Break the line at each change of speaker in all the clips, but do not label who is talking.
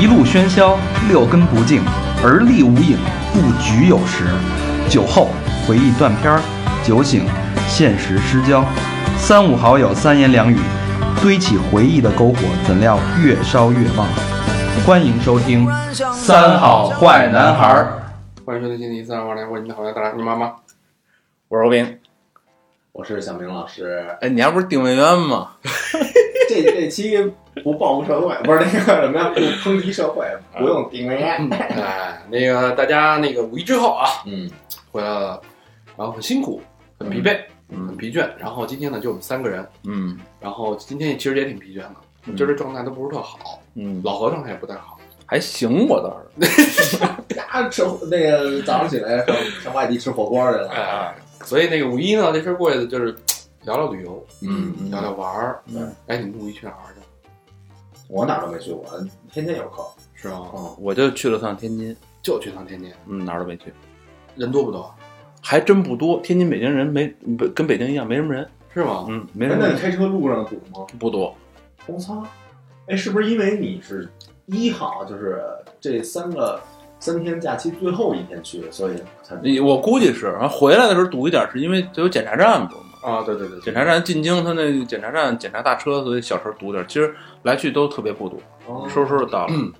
一路喧嚣，六根不净，而立无影，不局有时。酒后回忆断片儿，酒醒现实失焦。三五好友三言两语，堆起回忆的篝火，怎料越烧越旺。欢迎收听《三好坏男孩儿》。
欢迎收听今天一三二八零，我是你的好朋友大你妈妈。
我是欧斌。
我是小明老师。
哎，你还不是定位员吗？
这这期不报复社会，不是那个什么呀，不抨击社会，不用定位。
嗯
哎，那个大家那个五一之后啊，
嗯，
回来了，然后很辛苦，很疲惫，很疲倦。然后今天呢，就我们三个人，
嗯
然后今天其实也挺疲倦的，
嗯
今儿状态都不是特好，
嗯，
老何状态也不太好。
还行，我倒是。
呀，吃那个早上起来上上外地吃火锅去了。
哎，所以那个五一呢，这事儿过去的就是聊聊旅游，
嗯嗯
聊聊玩儿。
嗯，
哎，你们五一去哪儿玩去？
我哪儿都没去过，天天有课。
是啊，
嗯，我就去了趟天津，
就去趟天津，
嗯，哪儿都没去，
人多不多？
还真不多。天津北京人没不跟北京一样，没什么人。
是吗？
嗯，没
哎
什么
那你
人，
开车路上堵吗？
不多。
我操！哎，是不是因为你是一号，就是这三个三天假期最后一天去的，所以才
我估计是，然后回来的时候堵一点，是因为它有检查站，不是吗？
啊，对对对，
检查站进京，他那检查站检查大车，所以小车堵点。其实来去都特别不堵，
哦
收拾收拾到了。
嗯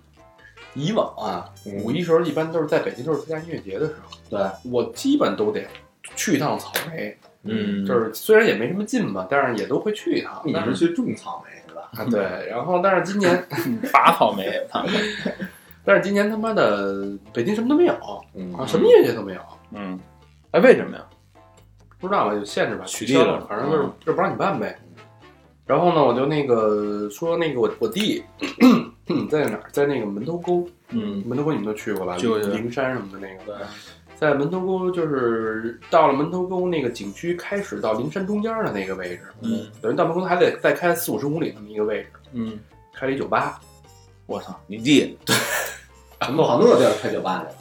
以往啊，
嗯
五一时候一般都是在北京，都是参加音乐节的时候，
对，
我基本都得去一趟草莓，
嗯
就是虽然也没什么劲吧，但是也都会去一趟。
你
但
是
是
去种草莓是吧？
啊，对，然后但是今年，
嗯拔草莓，操
但是今年他妈的北京什么都没有啊，
嗯
什么音乐节都没有，
嗯，哎，为什么呀？
不知道吧，有限制吧，
取
取消
缔
了
了，
反正就是就是不让你办呗。然后呢，我就那个说那个我我弟 在哪儿，在那个门头沟，
嗯
门头沟你们都去过吧？
去过去过
灵山什么的那个。在门头沟就是到了门头沟那个景区，开始到灵山中间的那个位置，
嗯，
等于到门头沟还得再开四五十公里那么一个位置，
嗯，
开了一酒 吧，
我操，你弟
好多地儿开酒吧去了。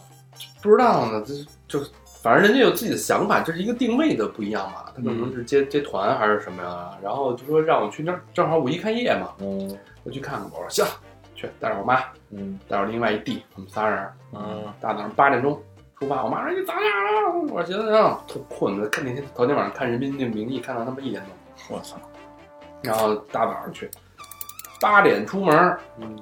不知道呢，就就反正人家有自己的想法，这是一个定位的不一样嘛，他可能是接
嗯
接团还是什么呀，然后就说让我去那儿，正好五一开业嘛，
嗯
我去看看，我说行，去带着我妈，
嗯
带着另外一弟，我们仨人，
嗯，
大早上八点钟出发，我妈说你咋样了？啊我说行行行，特困了，看那天头天晚上看《人民的名义》，看到他们一点钟。
我操，
然后大早上去，八点出门儿，嗯，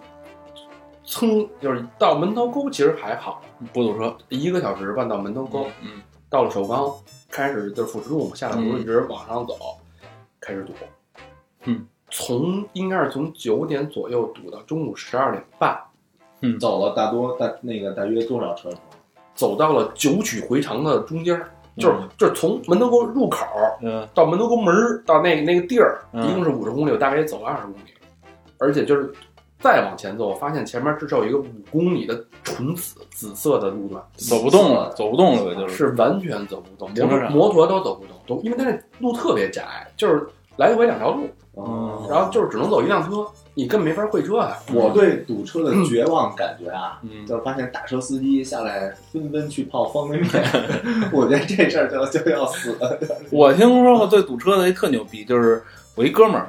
噌就是到门头沟，其实还好，
不堵车，
一个小时吧到门头沟，
嗯
到了首钢，开始就是辅食路嘛，下了路一直往上走，开始堵，
嗯，
从应该是从九点左右堵到中午十二点半，
走了大多大那个大约多少车程？
走到了九曲回肠的中间儿，就是就是从门头沟入口
嗯
到门头沟门儿到那那个地儿，
嗯
一共是五十公里，我大概也走了二十公里，而且就是再往前走，我发现前面至少有一个五公里的纯紫紫色的路段，
走不动了，走不动了，就是
是完全走不动，摩
停车
托
场
摩托都走不动，都因为它那路特别窄，就是来回两条路，
嗯
然后就是只能走一辆车，你根本没法会车啊。
我对堵车的绝望感觉啊，
嗯，
就是发现大车司机下来纷纷去泡方便面， 我觉得这事儿就就要死了。
我听说过最堵车的一特牛逼，就是我一哥们儿，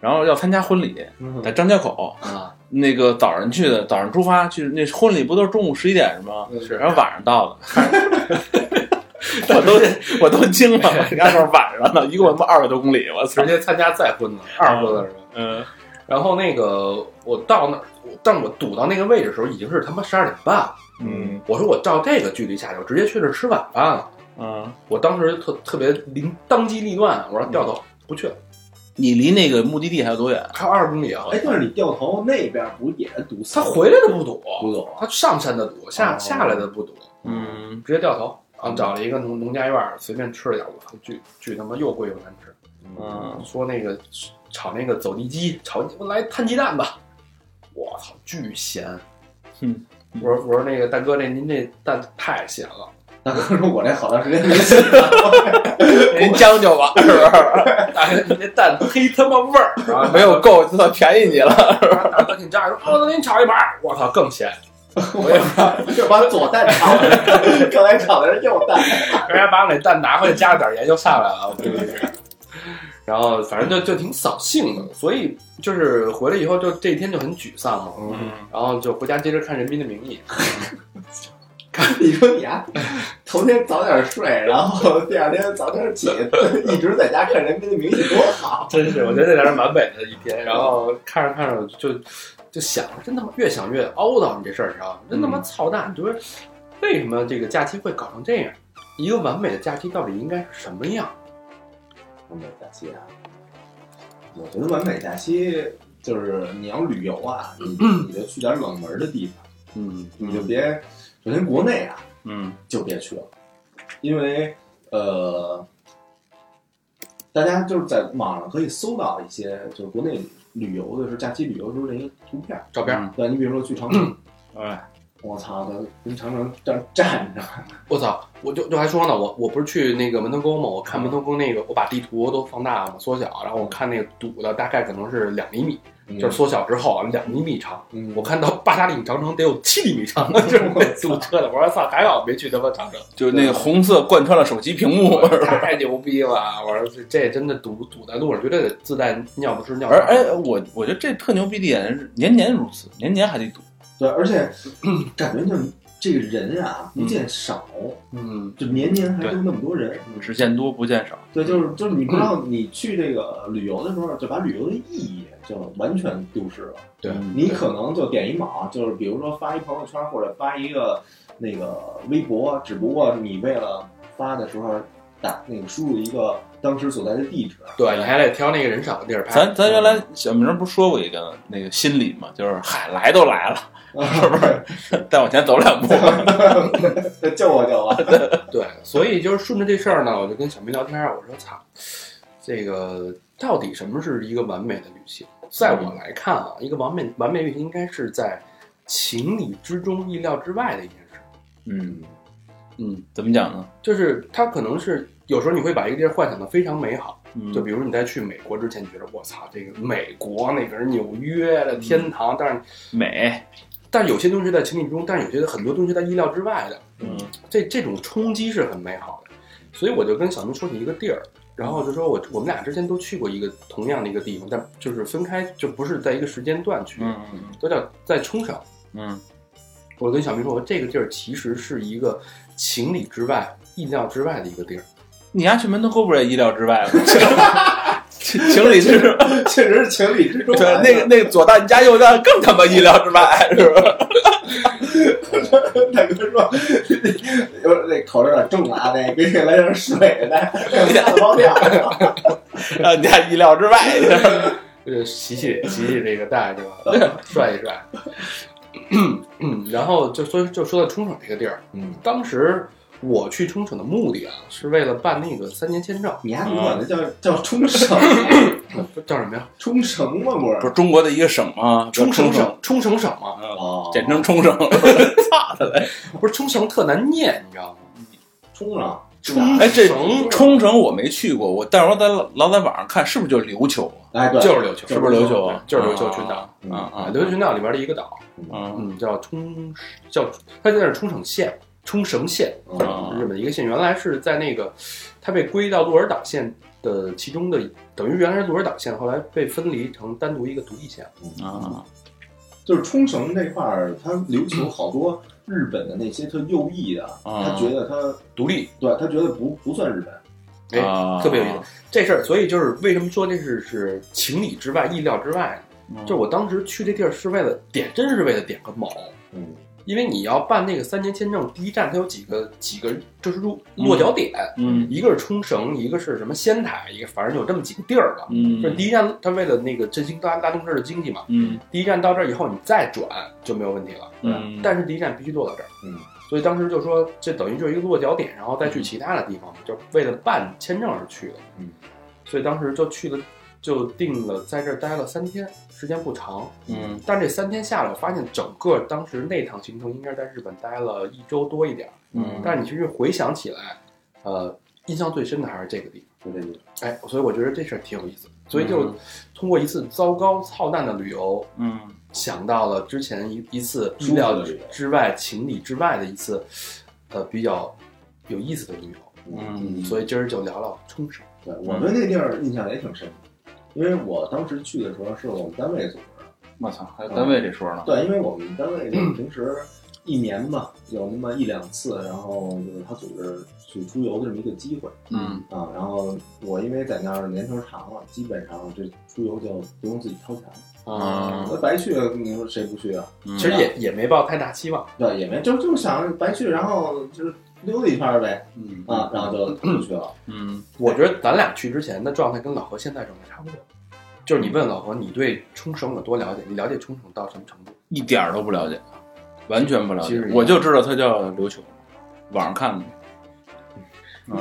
然后要参加婚礼，在张家口，
啊，
那个早上去的，早上出发去，那婚礼不都是中午十一点吗？
是
然后晚上到的， 我都我都惊了，你看说晚上呢，一共他妈二百多公里，我操
直，接参加再婚了，二婚了是吧？
嗯
然后那个我到那儿，我但我堵到那个位置的时候已经是他妈十二点半了。
嗯
我说我照这个距离下去，我直接去那儿吃晚饭了。
嗯，
我当时特特别临当机立断，我说掉头不去了，
你离那个目的地还有多远？
还有二十公里啊！
哎，但是你掉头那边不也堵死
他
了？
回来的不堵，
不堵啊？
他上山的堵，下
哦
下来的不堵，
嗯，
直接掉头。然后找了一个农农家院儿，随便吃了点，我操，巨巨他妈又贵又难吃。
嗯
说那个炒那个走地鸡，炒我来摊鸡蛋吧，我操，巨咸。
嗯
我说我说那个大哥，这您这蛋太咸了。
大哥说：“我这好长时间没洗了。
人将就 吧，是不是？
哎大哥，你这蛋黑他妈味儿，啊然后
没有够，就算便宜你了。
大哥挺加油，我操，给你炒一盘儿，我操，更咸。我也不知道，”
就把左蛋炒了，刚才炒的是右蛋。
哎人家把我那蛋拿回去加了点盐就上来了，我估计是。然后反正就就挺扫兴的，所以就是回来以后就这一天就很沮丧嘛，
嗯，
然后就回家接着看《人民的名义》，
你说你啊，头天早点睡，然后第二天早点起，一直在家看《人民的名义》多好。
真是我觉得那才是蛮美的一天。然后看着看着就就想，真他妈越想越懊恼你这事儿，你知道吗？真他妈操蛋！你说为什么这个假期会搞成这样？一个完美的假期到底应该是什么样？
完美假期啊，我觉得完美假期就是你要旅游啊，你你就去点冷门的地方，
嗯
你就别首先国内啊
嗯
就别去了，因为呃，大家就是在网上可以搜到一些就是国内旅游的时候假期旅游的时候的一些图片儿，
照片，
嗯
对，你比如说去长城，
哎，
我操，他跟长城这儿站着，
我操！我就就还说呢，我我不是去那个门头沟嘛，我看
嗯
门头沟那个，我把地图都放大嘛缩小，然后我看那个堵的大概可能是两厘米，
嗯
就是缩小之后啊两厘米长。
嗯，
我看到八达岭长城得有七厘米长，就是 被堵车的。我说操，还好没去他妈长城。
就是那个红色贯穿了手机屏幕。
太牛逼了！啊我说这这真的堵堵在路上，绝对得自带尿不湿尿不
而
湿。
哎，我我觉得这特牛逼的点是年年如此，年年还得堵。
对，而且感觉就是这个人啊不见少，
嗯，
就年年还都那么多人。
只见多不见少。
对，就是就是你不知道你去这个旅游的时候，就把旅游的意义就完全丢失了。
对
嗯
你可能就点一卯，就是比如说发一朋友圈或者发一个那个微博，啊只不过你为了发的时候打那个输入一个当时所在的地址，
对，你还得挑那个人少的地儿拍。
咱咱原来小明不是说过一个那个心理嘛，就是嗨，来都来了，
啊
是不 是？再往前走两步。
救我救我！
对，所以就是顺着这事儿呢，我就跟小明聊天，我说操，这个到底什么是一个完美的旅行？在我来看啊，一个完美完美旅行应该是在情理之中、意料之外的一件事。
嗯
嗯，
怎么讲呢？
就是它可能是有时候你会把一个地儿幻想的非常美好。
嗯
就比如你在去美国之前，你觉得我操，这个美国那可是纽约的天堂，但是
美，
但有些东西在情理之中，但有些很多东西在意料之外的，
嗯
这这种冲击是很美好的。所以我就跟小明说起一个地儿，然后就说我我们俩之前都去过一个同样的一个地方，但就是分开，就不是在一个时间段去，
嗯嗯
都叫在冲绳。
嗯
我跟小明说，我说这个地儿其实是一个情理之外、意料之外的一个地儿。
你丫去门头沟不是也意料之外吗？ 情情理之中，
确实是情理之中 啊。
对，那个那个左蛋加右蛋更他妈意料之外，是不是？
大哥说，有那口有点重了啊，那给你来点水 来，吓得包掉。
让你丫意料之外。
呃，洗洗洗洗这个 蛋是吧？涮一涮。嗯然后就所以就说到冲绳这个地儿，
嗯，
当时我去冲绳的目的啊，是为了办那个三年签证，
你还不管那叫叫冲 绳，
叫什么呀？
冲绳吗？不
不
是，
是中国的一个省吗？叫
绳
冲
省，冲绳省嘛，
哦，
简称冲绳。
不是冲绳特难念，你知道吗？
冲绳，
冲
哎，这
绳
冲绳我没去过，我但是我在老老在网上看，是不是就是琉球啊？
哎，对，
就是琉球，
是不是琉球啊？
就是琉球群岛
啊啊
啊，
啊！
琉球群岛里边的一个岛，
嗯
嗯，叫冲叫它就在冲绳县，冲绳县，
嗯
啊
日本的一个县，原来是在那个，它被归到鹿儿岛县的其中的，等于原来是鹿儿岛县，后来被分离成单独一个独立县。嗯
啊，
就是冲绳这块儿，他琉球好多日本的那些特右翼的，
嗯
他觉得他
独立，
对他觉得不不算日本，
哎
啊
特别有意思这事儿，所以就是为什么说这是是情理之外、意料之外呢？
嗯
就是我当时去这地儿是为了点，真是为了点个卯，
嗯
因为你要办那个三年签证，第一站它有几个几个就是入落脚点，
嗯
一个是冲绳，一个是什么仙台，一个反正有这么几个地儿吧。
嗯
就是第一站，它为了那个振兴拉拉动这儿的经济嘛，
嗯
第一站到这儿以后，你再转就没有问题了。
嗯
但是第一站必须落到这儿，
嗯，
所以当时就说这等于就是一个落脚点，然后再去其他的地方，就为了办签证而去的。
嗯，
所以当时就去了，就定了在这儿待了三天，时间不长。
嗯
但这三天下来，我发现整个当时那趟行程应该在日本待了一周多一点儿。
嗯
但是你其实回想起来，呃，印象最深的还是这个地方。
就这意思。
哎，所以我觉得这事儿挺有意思，所以就通过一次糟糕操蛋的旅游，
嗯
想到了之前一一次意
舒服的
料
旅游
之外、情理之外的一次，呃，比较有意思的旅游。
嗯，
所以今儿就聊聊冲绳。
对我对那地儿印象也挺深，因为我当时去的时候是我们单位组织的。
我操，还有
嗯
单位这说呢，
对，因为我们单位就是平时一年吧，有那么一两次，然后就是他组织去出游的这么一个机会
嗯
啊。然后我因为在那儿年头长了，基本上这出游就不用自己掏钱了。
啊
那白去，你说谁不去啊？
嗯
其实也也没抱太大期望，
对，也没就就想着白去，然后就是溜达一圈儿呗
嗯
啊，然后就不去了。
嗯
我觉得咱俩去之前的状态跟老何现在状态差不多，就是你问老何你对冲绳有多了解，你了解冲绳到什么程度？
一点儿都不了解，完全不了
其
解
实，也
我就知道它叫琉球，网上看的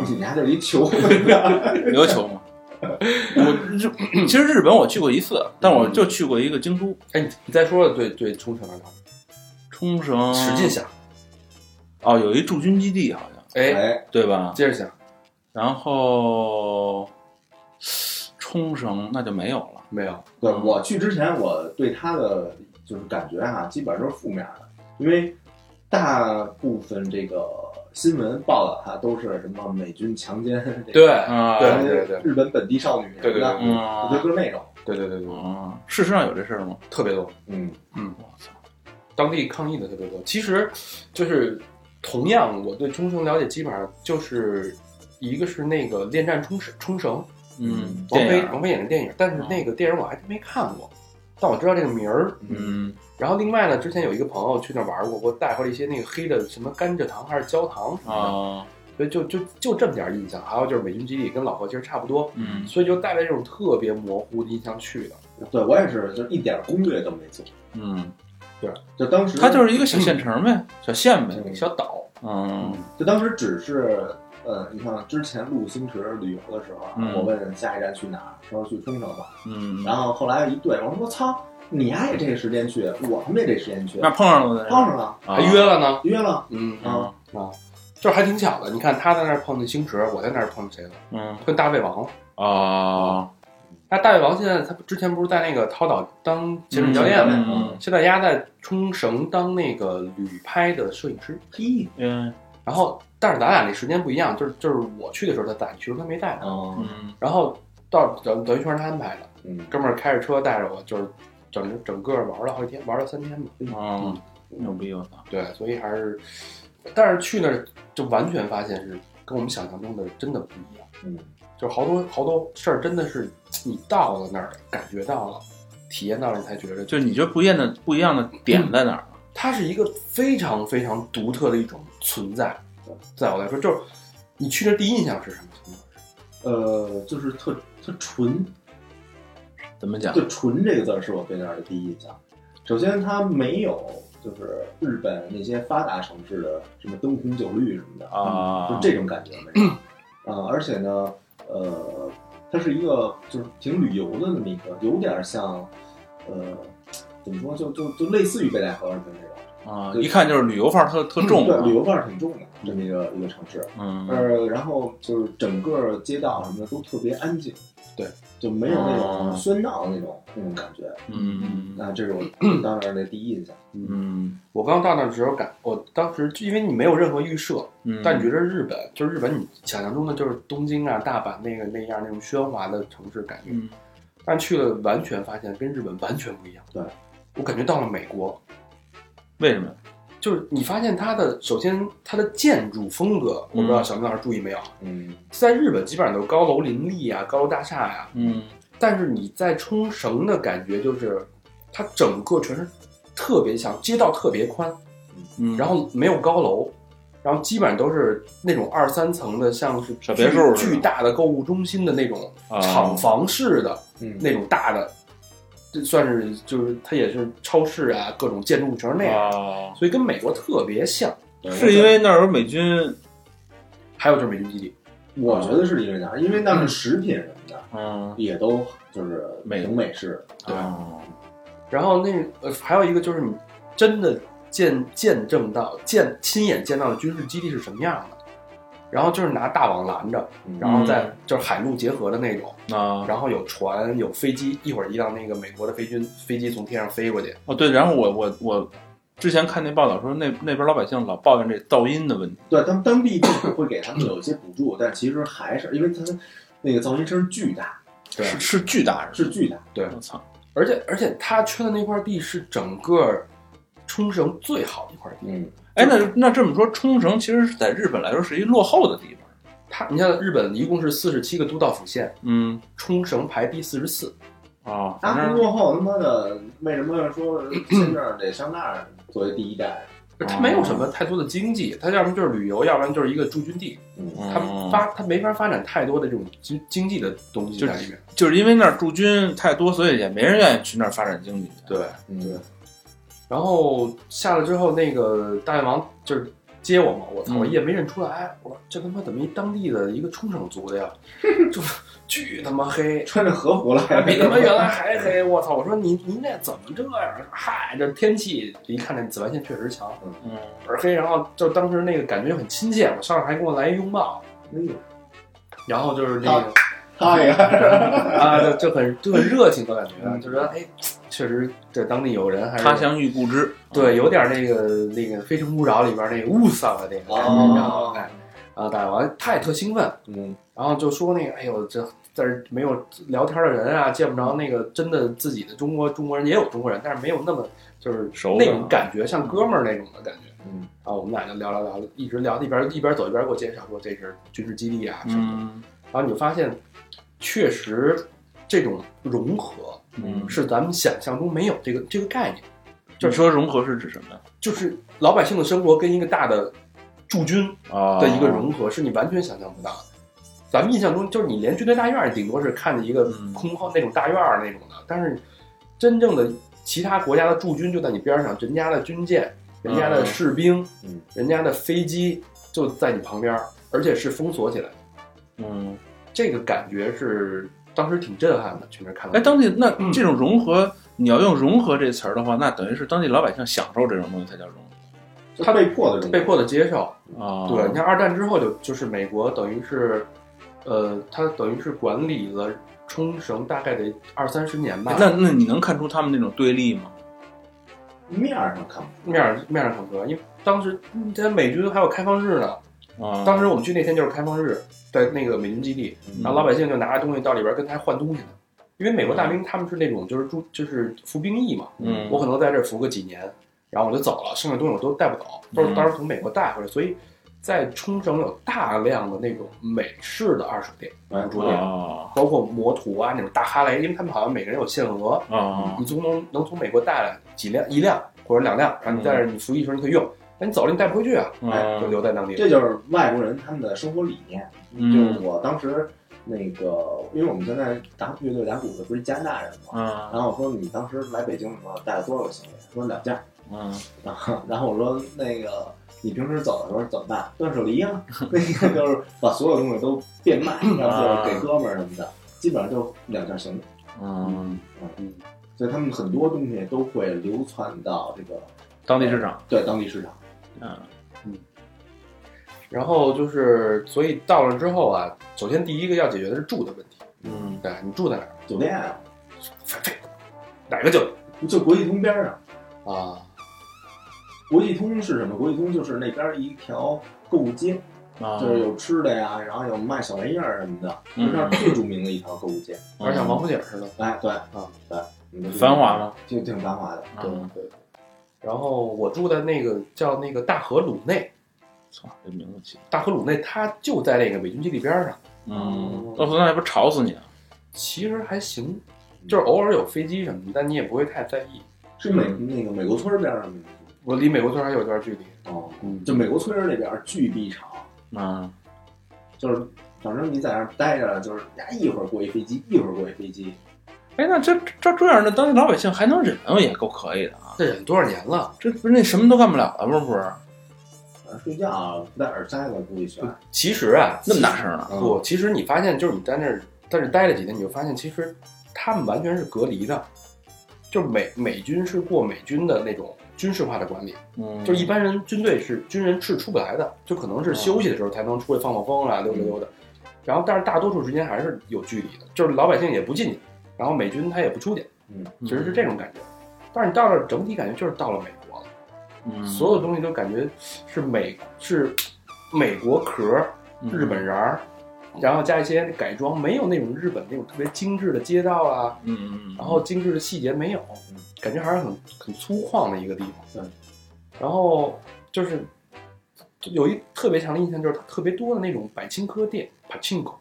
你家就是一球，
琉球嘛。我日，其实日本我去过一次，但我
嗯
就去过一个京都、
哎，你你再说说对对冲绳的了解，
冲绳，
使劲想，
哦，有一驻军基地好像，
哎，
哎，
对吧？
接着想，
然后冲绳那就没有了。
没有，
对我去之前，我对他的就是感觉哈、基本上都是负面的，因为大部分这个新闻报道它都是什么美军强奸，这个
对
啊
对 对对
日本本地少女什么的，
嗯
就就是那种，
对对对对，
嗯，事实上有这事儿吗？
特别多，
嗯，
我操！
当地抗议的特别多。其实，就是同样，我对冲绳了解基本上就是一个是那个《恋战冲绳》，冲绳
嗯，
王
电
菲
影儿
王菲演的电影，但是那个电影我还没看过，但我知道这个名儿。
嗯
然后另外呢，之前有一个朋友去那儿玩过，给我带回了一些那个黑的什么甘蔗糖还是焦糖什么
啊，
的，所以就就就这么点印象。还有就是美军基地跟老何其实差不多，
嗯，
所以就带着这种特别模糊的印象去的。
对我也是，就是一点攻略都没做，
嗯，
就当时
它就是一个小县城呗，小县呗。
嗯
小岛，
嗯
就当时只是，呃，你看之前录星驰旅游的时候啊，
嗯
我问下一站去哪儿，说去冲绳吧，
嗯，
然后后来一对，我说我操，你丫也这个时间去，我他妈也这时间去，
那碰上了呗，
碰上了，
啊
还约了呢。
约了。
嗯
啊，
啊，就是还挺巧的。你看他在那儿碰见星驰，我在那儿碰见谁了？
嗯
碰见大胃王了。
啊，
那大胃王现在他之前不是在那个涛岛当潜水教练吗？
嗯
现在丫在冲绳当那个旅拍的摄影师。
嘿，
嗯
然后，但是咱俩那时间不一样，就是就是我去的时候他在，你去的时候他没带他。
嗯
嗯
然后到等等于全是他安排的，
嗯，
哥们儿开着车带着我，就是整整个玩了好几天，玩了三天吧。
啊，牛逼我操！
对，所以还是，但是去那儿就完全发现是跟我们想象中的真的不一样。
嗯，
就是好多好多事儿，真的是你到了那儿，感觉到了，体验到了，你才觉得，就
就你觉得不一样的不一样的点在哪儿？
它是一个非常非常独特的一种存在。在我来说，就是你去那第一印象是什么？
呃，就是特特纯，
怎么讲？
就“纯”这个字儿是我对那儿的第一印象。首先，它没有就是日本那些发达城市的什么灯红酒绿什么的
啊
就这种感觉没有。啊，而且呢，呃，它是一个就是挺旅游的那么一个，有点像，呃，怎么说，就就就类似于北戴河什么那种，
啊，一看就是旅游范儿特特重
嗯对，旅
啊。
游范儿挺重的这么一个一个城市。
嗯
呃，然后就是整个街道什么的都特别安静，
对，
就没有那种
哦
喧闹的那种那种感觉。
嗯
那这是我 当时的第一印象。
嗯
我刚到那儿的时候感，我当时就因为你没有任何预设，
嗯，
但你觉得日本就是日本，你想象中的就是东京啊、大阪那个那样那种喧哗的城市感觉，
嗯
但去了完全发现跟日本完全不一样。
对，
我感觉到了美国，
为什么？
就是你发现它的首先它的建筑风格，我不知道
嗯
小明老师注意没有，
嗯，
在日本基本上都是高楼林立啊，高楼大厦呀、
嗯
但是你在冲绳的感觉就是，它整个全是特别像街道特别宽，
嗯，
然后没有高楼，然后基本上都是那种二三层的，像是
小
巨
别墅似的
巨大的购物中心的那种
啊
厂房式的、
嗯
那种大的，这算是就是它也是超市啊，各种建筑物全是那样，
啊，
所以跟美国特别像。
是因为那儿有美军，
还有就是美军基地，
我觉得是因为啥？因为那儿的食品什么的
嗯，
也都就是
美
挺美式的。
对
啊
然后那呃还有一个就是你真的见见证到见亲眼见到的军事基地是什么样的，然后就是拿大网拦着，
嗯
然后再就是海陆结合的那种，
啊
然后有船有飞机，一会儿一辆那个美国的飞军飞机从天上飞过去，
哦对，然后我我我之前看那报道说那那边老百姓老抱怨这噪音的问题，
对，当当地政府会给他们有一些补助，但其实还是因为他那个噪音声巨大，
对
是是巨大是吧
是巨大。
对
我操，
而且而且他圈的那块地是整个冲绳最好的一块地。
嗯，
哎，那那这么说，冲绳其实在日本来说是一落后的地方。
它你像日本一共是四十七个都道府县，
嗯
冲绳排第四十四。
啊，反
他
正
不落后，他妈的为什么说现这儿得上那儿作为第一代？
它没有什么太多的经济，它要么就是旅游，要不然就是一个驻军地。
嗯，
它
嗯
发它没法发展太多的这种经经济的东西
就
在里面。
就是因为那儿驻军太多，所以也没人愿意去那儿发展经济。
对，
嗯，
然后下来之后，那个大胃王就是接我嘛，我操，
嗯
我一也没认出来，哎我说这他妈怎么一当地的一个冲绳族的 呀？就巨他妈 黑，
穿着和服来，
哎比他妈原来还黑！ 我操！我说您您这怎么这样？嗨，这天气一看这紫外线确实强，
嗯，
倍儿黑。然后就当时那个感觉很亲切，我上来还给我来一拥抱，
哎呦，
然后就是那个
他哎呀，
啊，就就很就很热情的感
嗯
觉，就觉得哎，确实这当地有人还是
他乡遇故知。
对，有点那个那个《非诚勿扰》里边那个雾萨的那个感觉，
哦
你知道吗？哎，然后大王他也特兴奋，
嗯，
然后就说那个，哎呦，这在这没有聊天的人啊，见不着那个真的自己的中国中国人，也有中国人，但是没有那么就是
熟
那
的
种感觉，像哥们儿那种的感觉。
嗯，
然后我们俩就聊聊聊，一直聊，一边一边走一边给我介绍说这是军事基地啊什么的。
嗯
然后你就发现，确实这种融合
嗯，
是咱们想象中没有这个这个概念。
你说融合是指什么呀？
就是老百姓的生活跟一个大的驻军
啊
哦的一个融合，是你完全想象不到的。咱们印象中，就是你连军队大院儿，顶多是看见一个
嗯
空旷那种大院儿那种的，但是真正的其他国家的驻军就在你边上，人家的军舰、人家的
嗯
士兵、
嗯
人家的飞机就在你旁边儿，而且是封锁起来的。
嗯，
这个感觉是当时挺震撼的，去那儿看到。
哎，当地那
嗯
这种融合，你要用融合这词儿的话，那等于是当地老百姓享受这种东西才叫融
他被迫的这种
被迫的接受，
合啊。
对，你看二战之后就就是美国等于是，呃，它等于是管理了冲绳大概得二三十年吧。
那那你能看出他们那种对立吗？
面儿上看不出
面儿面上很多，因为当时嗯它美军还有开放日呢。
啊，
当时我们去那天就是开放日，在那个美军基地，
嗯
然后老百姓就拿着东西到里边跟他换东西呢。因为美国大兵他们是那种就是住就是服兵役嘛，
嗯，
我可能在这儿服个几年，然后我就走了，剩下东西我都带不走，都是
嗯
当时从美国带回来，所以在冲绳有大量的那种美式的二手店。
来，主
能
啊
包括摩图啊那种大哈雷，因为他们好像每个人有限额，
啊
你从能能从美国带来几辆一辆或者两辆，然后你在这儿
嗯
你服役的时候你可以用，但你走了你带不回去啊，
啊
就留在当地。
这就是外国人他们的生活理念。
嗯
就是我当时那个，因为我们现在打乐队打鼓的不是加拿大人嘛，
啊
然后我说你当时来北京的时候带了多少个行李？他说两件儿。
啊
然后然后我说那个你平时走的时候怎么办？断舍离啊，那个就是把所有东西都变卖，要不就是给哥们儿什么的，基本上就两件行李。
嗯，
所以他们很多东西都会流窜到这个
当地市场，
对当地市场。
嗯
然后就是，所以到了之后啊，首先第一个要解决的是住的问题，
嗯
对你住在哪儿，
酒店啊，
哪个酒店
就国际通边儿上，
嗯
啊？
国际通是什么？国际通就是那边儿一条购物街，
啊，
就是有吃的呀，然后有卖小玩意儿什么的，
嗯
就那儿最著名的一条购物街。
有点像王府井似的。
哎，对啊，对，嗯
繁华吗？啊
就挺繁华的。
对对。然后我住在那个叫那个大和鲁内，
操，这名字起的，
大和鲁内它就在那个美军基地边儿上。哦
嗯，到时候那还不吵死你啊？
其实还行，就是偶尔有飞机什么的，但你也不会太在意。
是美那个美国村儿边儿上吗？
我离美国村还有一段距离，
哦，
嗯，
就美国村儿那边儿巨逼吵，
啊，
就是反正你在那儿待着，就是呀一会儿过一飞机，一会儿过一飞机，
哎，那这这这样的当地老百姓还能忍，也够可以的啊。
这忍多少年了？
这不是那什么都干不了了吗？不是
反正睡觉啊不戴耳塞子估计悬。
其实啊，
那么大声啊？
嗯
不，其实你发现就是你在那儿在这儿待了几天，你就发现其实他们完全是隔离的，就是美美军是过美军的那种军事化的管理，
嗯，
就是一般人军队是军人是出不来的，就可能是休息的时候才能出去放放风啊，溜达溜达。然后，但是大多数时间还是有距离的，就是老百姓也不进去，然后美军他也不出去，
嗯，
其实是这种感觉。但是你到了整体感觉就是到了美国了，
嗯
所有东西都感觉是美是美国壳儿、
嗯
日本瓤儿、然后加一些改装，没有那种日本那种特别精致的街道啊，
嗯嗯，
然后精致的细节没有
嗯，
感觉还是很很粗犷的一个地方。
对，
然后就是就有一特别强的印象，就是它特别多的那种百青科店 （pachinko），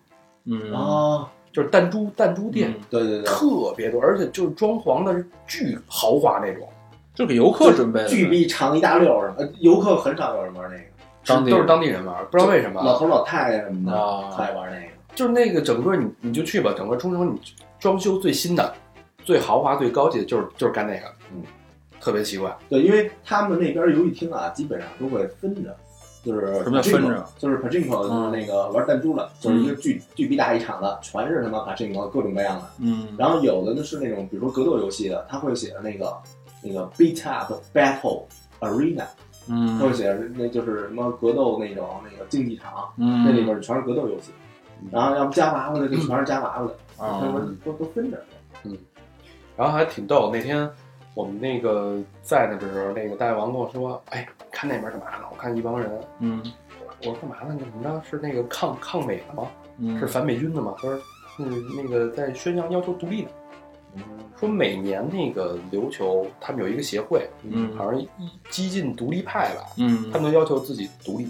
嗯
啊，
就是弹珠弹珠店，
嗯
对对对，
特别多，而且就是装潢的是巨豪华那种，
就给游客准备的
巨逼长一大溜儿，呃，游客很少有人玩那个，
当地
都是当地人玩，不知道为什么
老
啊，
头老太太什么的
啊
爱玩那个。
就是那个整个你你就去吧，整个冲绳你装修最新的、最豪华、最高级的就是就是干那个，
嗯，
特别奇怪，
对，因为他们那边游戏厅啊，基本上都会分着，就是
什么叫分
pachinko，
着嗯
就是 pachinko，就是那个玩弹珠的，就是一个巨巨逼大一场的，全是他妈 pachinko 各种各样的。
嗯，
然后有的呢是那种，比如说格斗游戏的，他会写着那个那个 beat up battle arena，他会
嗯
写着那就是什么格斗那种那个竞技场，
嗯，
那里边全是格斗游戏。然后要不夹娃娃的就全是夹娃娃的，
啊
他们都都分着。
然后还挺逗。那天我们那个在那的时候，那个大王跟我说：“哎，看那边干嘛呢？我看一帮人。”
嗯
我说：“干嘛呢？你们呢？是那个抗 抗美的吗？
嗯
是反美军的吗？”他说：“嗯，那个在宣扬要求独立呢。”说每年那个琉球他们有一个协会，
嗯
好像一激进独立派吧，
嗯，
他们都要求自己独立，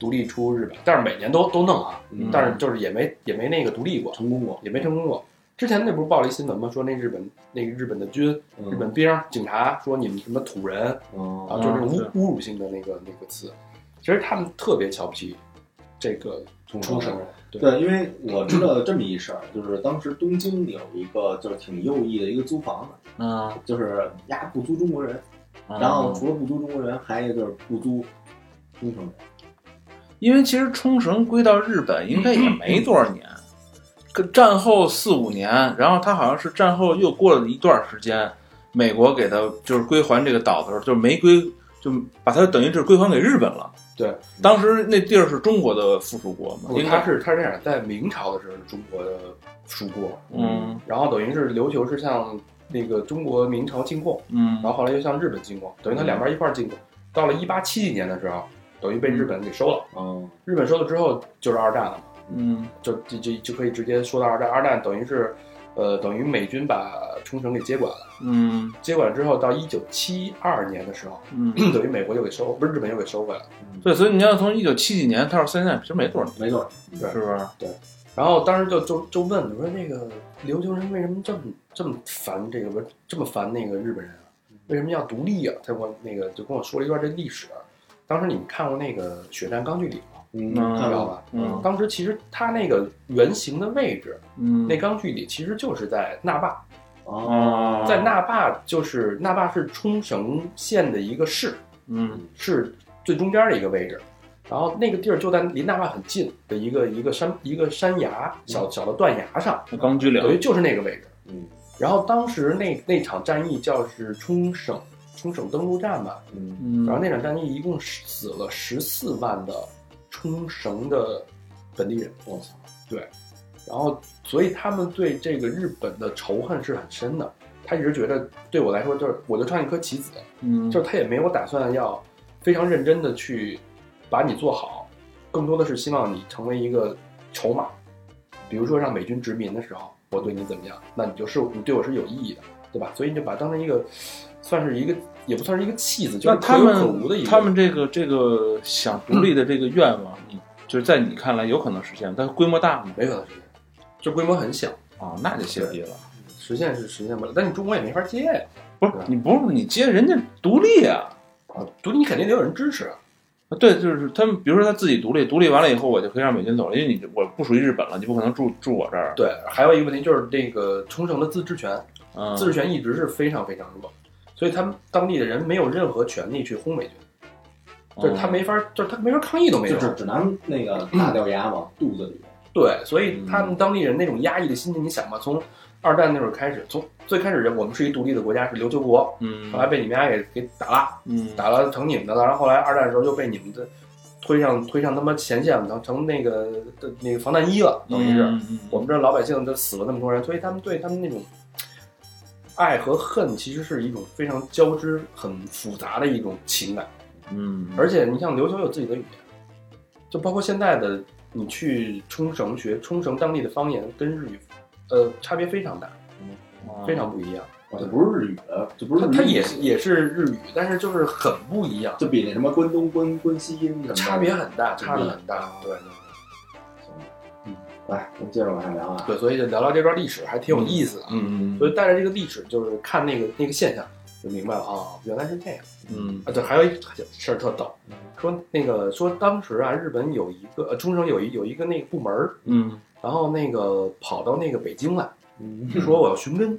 独立出日本，但是每年都都弄啊，
嗯
但是就是也没也没那个独立过，
成功过，
也没成功过。之前那不是报了一新闻吗？说那日本那个日本的军、
嗯
日本兵、警察说你们什么土人，
嗯
啊，就是那种
是
侮侮辱性的那个那个词。其实他们特别瞧不起这个出生人，对
对，因为我知道这么一事儿，就是当时东京有一个就是挺右翼的一个租房子，
嗯，
就是呀不租中国人，
啊
然后除了不租中国人，还有一个就是不租冲绳人。
因为其实冲绳归到日本应该
嗯
也没多少年，跟战后四五年，然后他好像是战后又过了一段时间，美国给他就是归还这个岛的时候，就没归，就把它等于是归还给日本了。
对，
当时那地儿是中国的附属国嘛，
不
应
他
该
是他是这样，在明朝的时候是中国的属国，
嗯
然后等于是琉球是向那个中国明朝进贡，
嗯，
然后后来又向日本进贡，等于它两边一块儿进贡。到了一八七几年的时候，等于被日本给收了。
嗯，
日本收了之后就是二战了嘛，
嗯
就就就就可以直接说到二战。二战等于是，呃，等于美军把冲绳给接管了。
嗯
接管之后，到一九七二年的时候，
嗯，
等于美国又给收，不是日本又给收回来了。
对，所以你要从一九七几年到现在，其实没多少年，
没错，
是不是？
然后当时就就就问我说：“那个琉球人为什么这么这么烦这个不是这么烦那个日本人啊？为什么要独立啊？”他给我那个就跟我说了一段这历史。啊当时你们看过那个《血战钢锯岭》吗？
嗯，
嗯
知道
看到了，
吧？
嗯
当时其实它那个原型的位置，
嗯，
那钢锯岭其实就是在那霸，
哦，
啊，
在那霸就是那霸是冲绳县的一个市，
嗯
是最中间的一个位置，然后那个地儿就在离那霸很近的一个一个山一个山崖小小的断崖上，
钢锯岭
等于就是那个位置。
啊嗯
然后当时那那场战役叫是冲绳冲绳登陆战吧，
嗯
嗯，
然后那场战役一共死了十四万的冲绳的本地人，
我操，
然后所以他们对这个日本的仇恨是很深的。他一直觉得对我来说就是我就唱一颗棋子，
嗯
就是他也没有打算要非常认真的去把你做好，更多的是希望你成为一个筹码。比如说让美军殖民的时候，我对你怎么样，那你就是你对我是有意义的，对吧？所以你就把它当成一个，算是一个也不算是一个弃子，就
那
是可
他
有可无的
们
一个。
他们这个这个想独立的这个愿望，你就是在你看来有可能实现，但是规模大吗？
没可能实现，就规模很小，
啊，那就歇逼了。
实现是实现不了。但你中国也没法接呀、
不是
对
你不是你接人家独立啊？
啊，独立肯定得有人支持啊。
对，就是他们，比如说他自己独立，独立完了以后，我就可以让美军走了，因为你我不属于日本了，你不可能住住我这儿。
对，还有一个问题就是这个冲绳的自治权，
嗯，
自治权一直是非常非常弱，所以他们当地的人没有任何权利去轰美军，就是
哦
他没法，就是他没法抗议都没有
就。只只能那个大掉牙往肚子里。
对，所
嗯
以他们当地人那种压抑的心情，你想吧，从二战那会儿开始，从最开始人我们是一独立的国家，是琉球国，
嗯，
后来被你们家给给打了，
嗯
打了成你们的了，然后后来二战的时候又被你们的推上推上他妈前线了，成成那个的那个防弹衣了，等于是。
嗯嗯
我们这老百姓都死了那么多人，所以他们对他们那种爱和恨，其实是一种非常交织、很复杂的一种情感。
嗯，
而且你像琉球有自己的语言，就包括现在的你去冲绳学冲绳当地的方言跟日语，呃，差别非常大，
啊嗯
非常不一样。
哇，这不是日语的，这不是
它
日语
它嗯也是也是日语，但是就是很不一样，
就比那什么关东关关西音什么的
差别。很大，
对
差的很大。对
来，哎我们接着往下聊啊。
对，所以就聊聊这段历史，还挺有意思的。
嗯
所以带着这个历史，就是看那个那个现象，就明白了啊，原来是这样。
嗯
啊，对，还有一事儿特逗，说那个说当时啊，日本有一个呃冲绳有一有一个那个部门儿，
嗯
然后那个跑到那个北京来，
嗯
说我要寻根，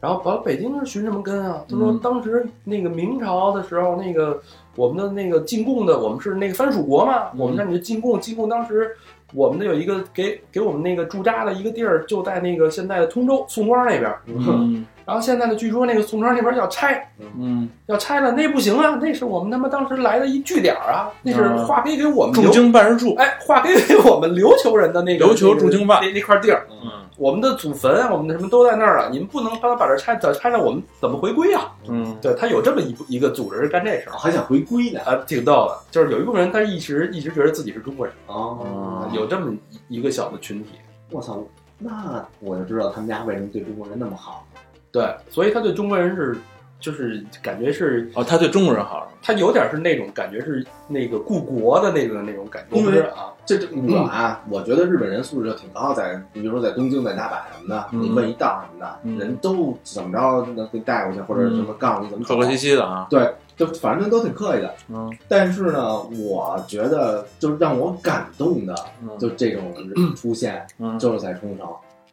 然后跑到北京是寻什么根啊？他说
嗯
当时那个明朝的时候，那个我们的那个进贡的，我们是那个藩属国嘛，我们那你就进贡进贡，当时我们的有一个给给我们那个驻扎的一个地儿，就在那个现在的通州宋庄那边儿，
嗯
然后现在呢，据说那个宋庄那边儿要拆。
嗯，
要拆了，那不行啊，那是我们他妈当时来的一据点儿啊，那是
啊
华北给我们
驻
留，
京办事处，
哎，华北给我们琉球人的那个
琉球
那个
驻京办
那那块地儿，
嗯
我们的祖坟，啊我们的什么都在那儿了，你们不能把把这拆，把拆了我们怎么回归啊？
嗯
对他有这么一部一个组织是干这事儿
还想回归呢
啊，挺逗的，就是有一部分人他一直一直觉得自己是中国人，
啊！
嗯有这么一一个小的群体，
我操，那我就知道他们家为什么对中国人那么好。
对，所以他对中国人是就是感觉是
哦，他对中国人好，
他有点是那种感觉是那个故国的那个那种感觉，
因为
不是啊，
这这我啊，我觉得日本人素质就挺高，在你比如说在东京、在大阪什么的，
嗯
你问一道什么的，
嗯
人都怎么着能给你带过去，或者什么告诉你怎么走
客客气气的啊，
对，就反正都挺客气的。
嗯
但是呢，我觉得就是让我感动的，
嗯
就这种 出现，
嗯
就是在冲绳。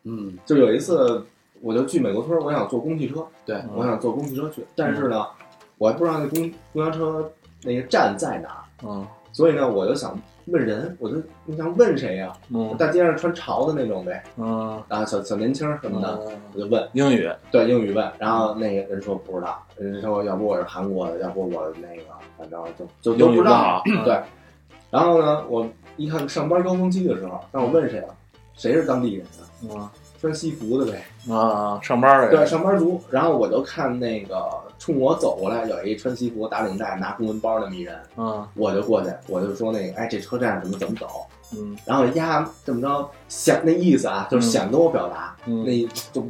嗯
就有一次，我就去美国村儿，我想坐公汽车，
对
嗯
我想坐公汽车去，但是呢，我还不知道那公公交车那个站在哪儿，
嗯
所以呢，我就想问人，我就你想问谁呀、
嗯
大街上穿潮的那种呗，
嗯
啊，小小年轻儿什么的，
嗯，
我就问，
英语
对，英语问，然后那个人说不知道，人说要不我是韩国的，要不我那个，反正就就都
英语
不
不
知道。嗯
好，
对，然后呢，我一看上班高峰期的时候，让我问谁了，谁是当地人啊？
嗯
穿西服的呗，
啊，上班儿
对，
的，
上班族。然后我就看那个冲我走过来，有一穿西服、打领带、拿公文包那么一人，
嗯
我就过去，我就说那个，哎，这车站怎么怎么走？
嗯
然后丫这么着想那意思啊，就是想跟我表达，
嗯，
那就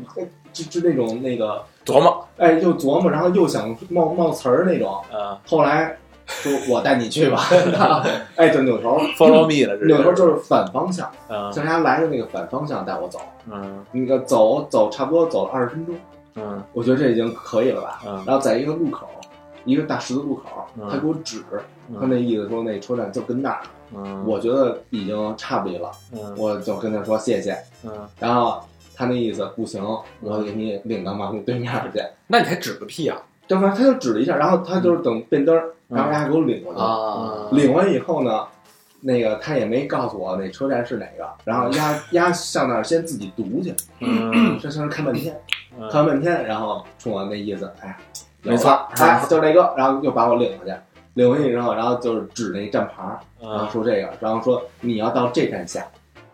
就就那种那个，
琢磨
哎，又琢磨，然后又想冒冒词儿那种。
啊
后来说我带 你去吧，哎，就扭头，
，follow me 了，这
扭头
是
就是反方向，
啊
就是他来的那个反方向带我走，
嗯
那个走走差不多走了二十分钟，
嗯
我觉得这已经可以了吧。
嗯
然后在一个路口，一个大十字路口
嗯，
他给我指，
嗯
他那意思说那车站就跟那儿，
嗯，
我觉得已经差不离了，
嗯
我就跟他说谢谢，
嗯
然后他那意思不行，我给你领到马路对面去。
那你还指个屁啊！
正反正他就指了一下，然后他就是等变灯儿，
嗯
然后人家给我领过去。
啊
领完以后呢，那个他也没告诉我那车站是哪个，然后 丫丫上那儿先自己读去，
嗯
上上那儿看半天，
嗯
看完半天，然后冲我那意思，哎，
没错嗯
有了哎，就这个，然后又把我领回去，领回去之后，然后就是指那站牌儿，然后
嗯
说这个，然后说你要到这站下，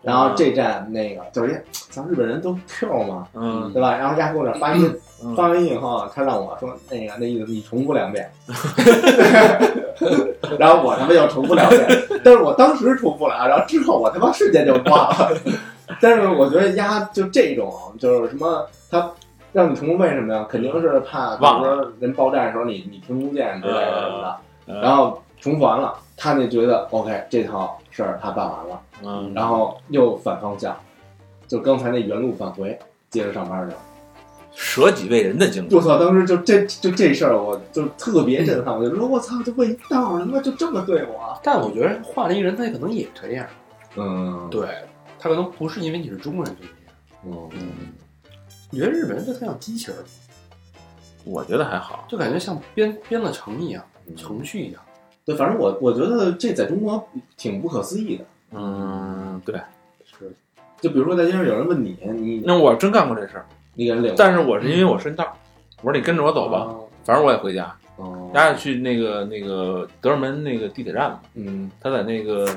然后这站那个就是人家咱日本人都 Q 嘛，
嗯
对吧？然后丫给我那发音，
嗯
发完音以后，啊他让我说那个那意思你重复两遍， 然后我他妈又重复两遍，但是我当时重复了，然后之后我他妈瞬间就忘了。 但是我觉得丫就这种就是什么，他让你重复为什么呀？肯定是怕
忘
比如说人爆炸的时候你你听不见之类的什么的，
嗯
然后重复完了，他就觉得 OK 这套事儿他办完了，
嗯
然后又反方向，就刚才那原路返回，接着上班去了。
舍己为人的精神
我，操！当时就这就这事儿，我就特别震撼。我就说，我操，这问一道儿，他妈就这么对我。
但我觉得换了一个人，他可能也这样。
嗯，
对，他可能不是因为你是中国人就这样。
嗯，
你觉得日本人就特像机器人，
我觉得还好，
就感觉像编编了程一样，
成
程序一样。
对，反正我我觉得这在中国挺不可思议的。
嗯，对，
是，
就比如说在街上有人问你，你
那我真干过这事儿，
你给人领，
但是我是因为我顺道，我说你跟着我走吧，反正我也回家，
哦，
丫去那个那个德胜门那个地铁站嘛，
嗯
他在那个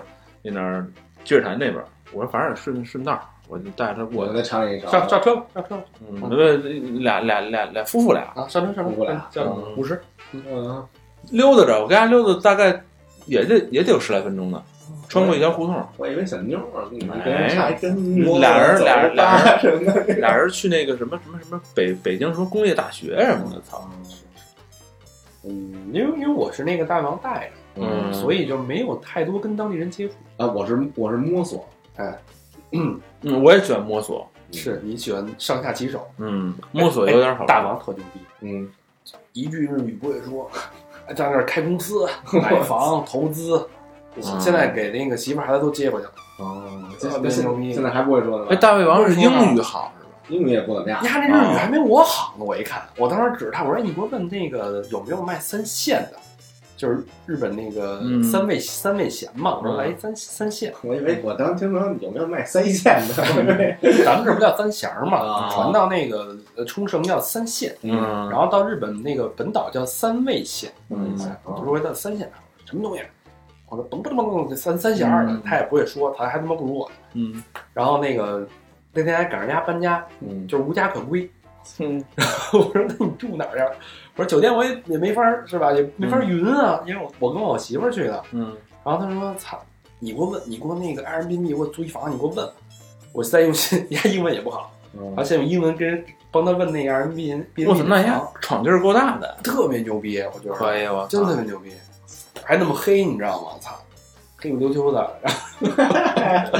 那哪儿积水潭那边儿，我说反正也顺顺道儿，我就带着他过
我
去。
在厂里找
上上车吧，上车吧
嗯，那俩俩俩俩夫妇俩
啊，上车上
不
车，
过来，
上车
嗯
五十
嗯
溜达着，我跟家溜达大概也得也得有十来分钟呢。穿过一条胡同，
我以为小妞儿，你
哎
跟人差一真多，
俩人
走
俩人俩人
吧什么的，
俩人去那个什么什么什么北北京什么工业大学什么的，操，
嗯，因为因为我是那个大王带着，
嗯
所以就没有太多跟当地人接触。
啊，我是我是摸索，
嗯，我也喜欢摸索，
是你喜欢上下其手，
嗯，摸索有点好
哎
玩。
大王特牛逼，
嗯，
一句日语不会说， 在那儿开公司、买房、投资，
嗯
现在给那个媳妇儿孩子都接过去了。啊
哦，
特
啊
现
别
现
牛逼
现在还不会说呢吧，
哎，大胃王是英语好是吧？
英语也不怎么样
你，看这日语还没我好呢，我一看，我当时指着他，我说：“你给我问那个有没有卖三线的，就是日本那个
嗯
三味、三味咸嘛。”我说：“
嗯
来一三三线，
我以为我当时听说有没有卖三线的，我以为
咱们这不叫三弦儿嘛，
啊
传到那个呃冲绳叫三线，
嗯，
然后到日本那个本岛叫三味线，
嗯
我就说叫三线，什么东西？啊我说嘣嘣嘣嘣，三三弦儿的
嗯，
他也不会说，他还他妈不如我。
嗯
然后那个那天还赶上人家搬家，
嗯，
就是无家可归。
嗯
我说那你住哪儿呀？我说酒店我也也没法儿是吧，也没法儿匀啊，因为我我跟我媳妇儿去的。
嗯
然后他说操，你给我问，你给我那个 Airbnb 给我租一房，你给我问。我现在用心， 人家英文也不好，然后
嗯
现在用英文跟人帮他问那个 Airbnb，
我操，那
人
家闯劲儿够大的，
特别牛逼，我觉得
可以哎我操
真特别牛逼，还那么黑，你知道吗？操，黑不溜秋的，然后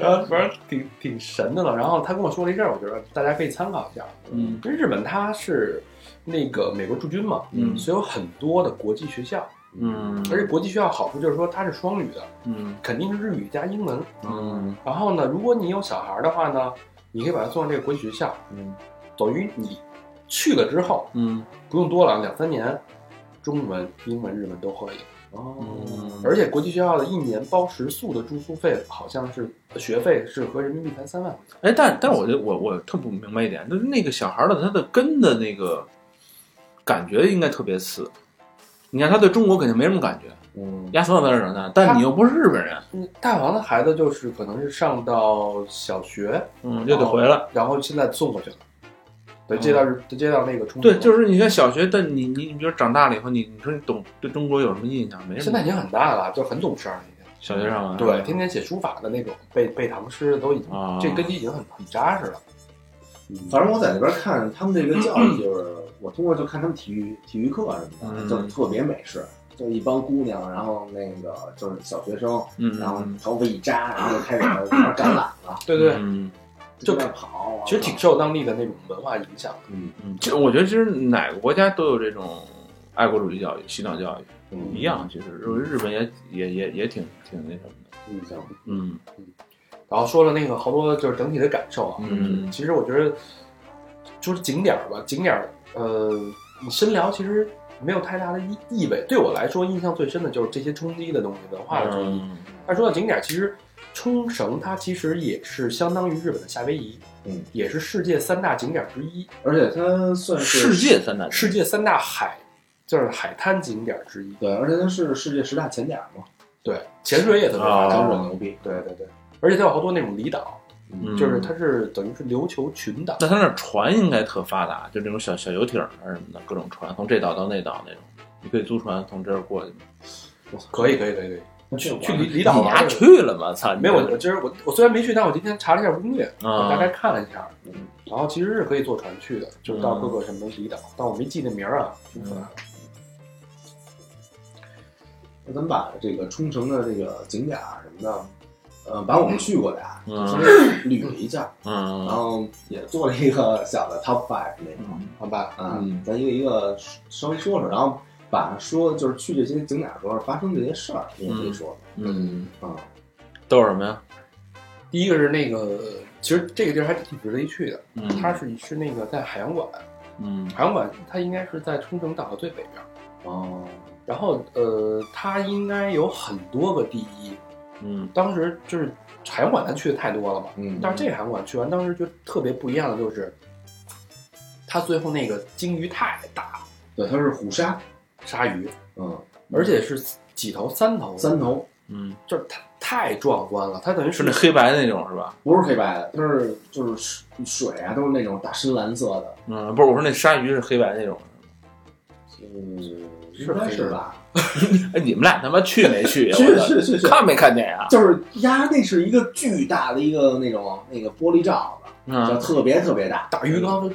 然后反正挺挺神的了。然后他跟我说了一阵儿，我觉得大家可以参考一下。
嗯，
日本它是那个美国驻军嘛，
嗯
所以有很多的国际学校，
嗯
而且国际学校好处就是说它是双语的，
嗯
肯定是日语加英文。
嗯
然后呢，如果你有小孩儿的话呢，你可以把他送到这个国际学校，
嗯，
等于你去了之后，
嗯
不用多了，两三年，中文、英文、日文都可以。
哦，
而且国际学校的一年包食宿的住宿费好像是呃学费是合人民币才三万块钱。
哎，但但我就我我特不明白一点，就是那个小孩儿的他的根的那个感觉应该特别次。你看他对中国肯定没什么感觉，
嗯，
压缩在那儿呢，但你又不是日本人，
嗯，大王的孩子就是可能是上到小学，
嗯，就得回来。
然后现在送过去了，对，接到日接到那个冲绳
对，就是你看小学，但你你你比如长大了以后，你你说你懂对中国有什么印象？没什
现
么
在已。经很大了，就很懂事儿了已经。
小学上完
对，天天写书法的那种背背唐诗都已经，
啊，
这根基已经很很扎实了。
反正我在那边看他们这个教育，就是我通过就看他们体育体育课什么的，
嗯
就特别美式，就一帮姑娘，然后那个就是小学生，
嗯，
然后头发一扎，然后就开始玩橄榄了，
对对，
嗯
就
在那跑，
其实挺受当地的那种文化影响的。
嗯
嗯，这我觉得其实哪个国家都有这种爱国主义教育、洗脑教育
嗯
一样，其实日本也也也也挺挺那什么的。
印象，
嗯
然后说了那个好多就是整体的感受啊，
嗯
其实我觉得就是景点儿吧，景点儿，呃，你深聊其实没有太大的意意味。对我来说，印象最深的就是这些冲击的东西，文化的冲击。
嗯
但说到景点儿，其实冲绳它其实也是相当于日本的夏威夷，
嗯，
也是世界三大景点儿之一，
而且它算
呃世
是
界三大
世界三大海就是海滩景点儿之一。
对，而且它是世界十大前点儿嘛，
对，潜水也特别发达，
当
哦
然牛逼，
对对对，而且它有好多那种离岛，
嗯
就是它是等于是琉球群岛。
那他那儿船应该特发达，就那种小小游艇儿啊什么的，各种船从这岛到那岛那种，你可以租船从这儿过去。
可以可以可以可以，去去离离
你
岛玩
丫
儿
去了吗？操，
没有，我我今儿我我虽然没去，但我今天查了一下攻略，我
啊，
大概看了一下，
嗯
然后其实是可以坐船去的，就是到各个什么离岛，但我没记那名儿啊，挺复杂的。
那咱们把这个冲绳的这个景点儿什么的，呃，把我们去过的啊，
嗯
就是捋了一下，然
哦
嗯
后也做了一个小的 top five 那种
嗯
好吧，
啊
嗯，
咱一个一个稍微说说，然后把说就是去这些景点儿的时候发生这些事儿，也可以说
嗯，
说啊，
都是什么呀？
第一个是那个，其实这个地儿还挺值得一去的，
嗯，
它是是那个在海洋馆，
嗯
海洋馆它应该是在冲绳岛的最北边儿，
哦，
然后呃，它应该有很多个第一，
嗯
当时就是海洋馆咱去的太多了嘛，
嗯
但是这个海洋馆去完，当时就特别不一样的就是，它最后那个鲸鱼太大了，
对，它是虎鲨，
鲨鱼，
嗯，
而且是几头三头，
三头
嗯，
就是它太壮观了，它等于
是
是
那黑白那种是吧？
不是黑白的，它是就是水啊，都是那种大深蓝色的，
嗯，不是，我说那鲨鱼是黑白那种，
嗯，
是
应该
黑
是
人
吧？
哎，你们俩他妈去没去 呀？
去
我
去去去
操，看没看见呀？
就是压那是一个巨大的一个那种那个玻璃罩子，就
嗯，
特别特别大，
大鱼缸都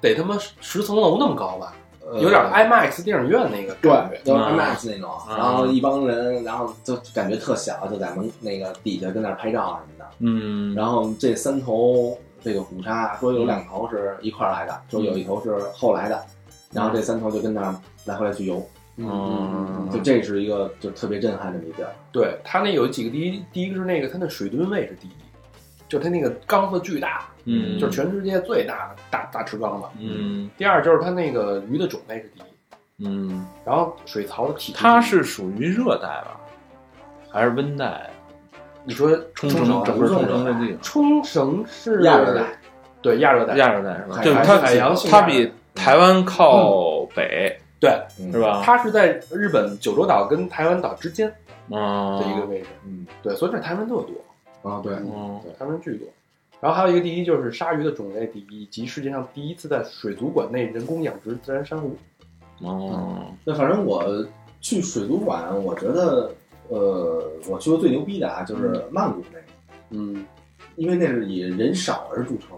得他妈十层楼那么高吧，
呃
有点 IMAX 电影院那个
对
感觉，。
就是
嗯
IMAX 那种，
嗯
然后一帮人，然后就感觉特小，就在门那个底下跟那儿拍照什么的。
嗯，
然后这三头这个虎鲨，说有两头是一块儿来的，说有一头是后来的，然后这三头就跟那儿来回来去游，
嗯
就这是一个就特别震撼的一地儿。
对，它那有几个第一，第一个是那个它那水吨位是第一，就它那个缸子巨大，
嗯
就是全世界最大的大大池缸吧。
嗯
第二就是它那个鱼的种类是第一，
嗯，
然后水槽的体积
它是属于热带吧，还是温带？
你说
冲
绳
绳整个
冲
冲
绳
绳这地
冲绳是
亚热带，
对亚热
方，
带，
亚热带是吧？
海
就是
海
它
海洋性
它
亚热
比台湾靠北
对，
嗯
是？吧？
它是在日本九州岛跟台湾岛之间的一个
嗯
位置，
嗯，
对，所以这台湾特多，
啊对，
嗯
台湾巨多。然后还有一个第一就是鲨鱼的种类第一，及世界上第一次在水族馆内人工养殖自然珊瑚。
嗯
那反正我去水族馆，我觉得呃，我去过最牛逼的啊，就是曼谷那个，
嗯
因为那是以人少而著称，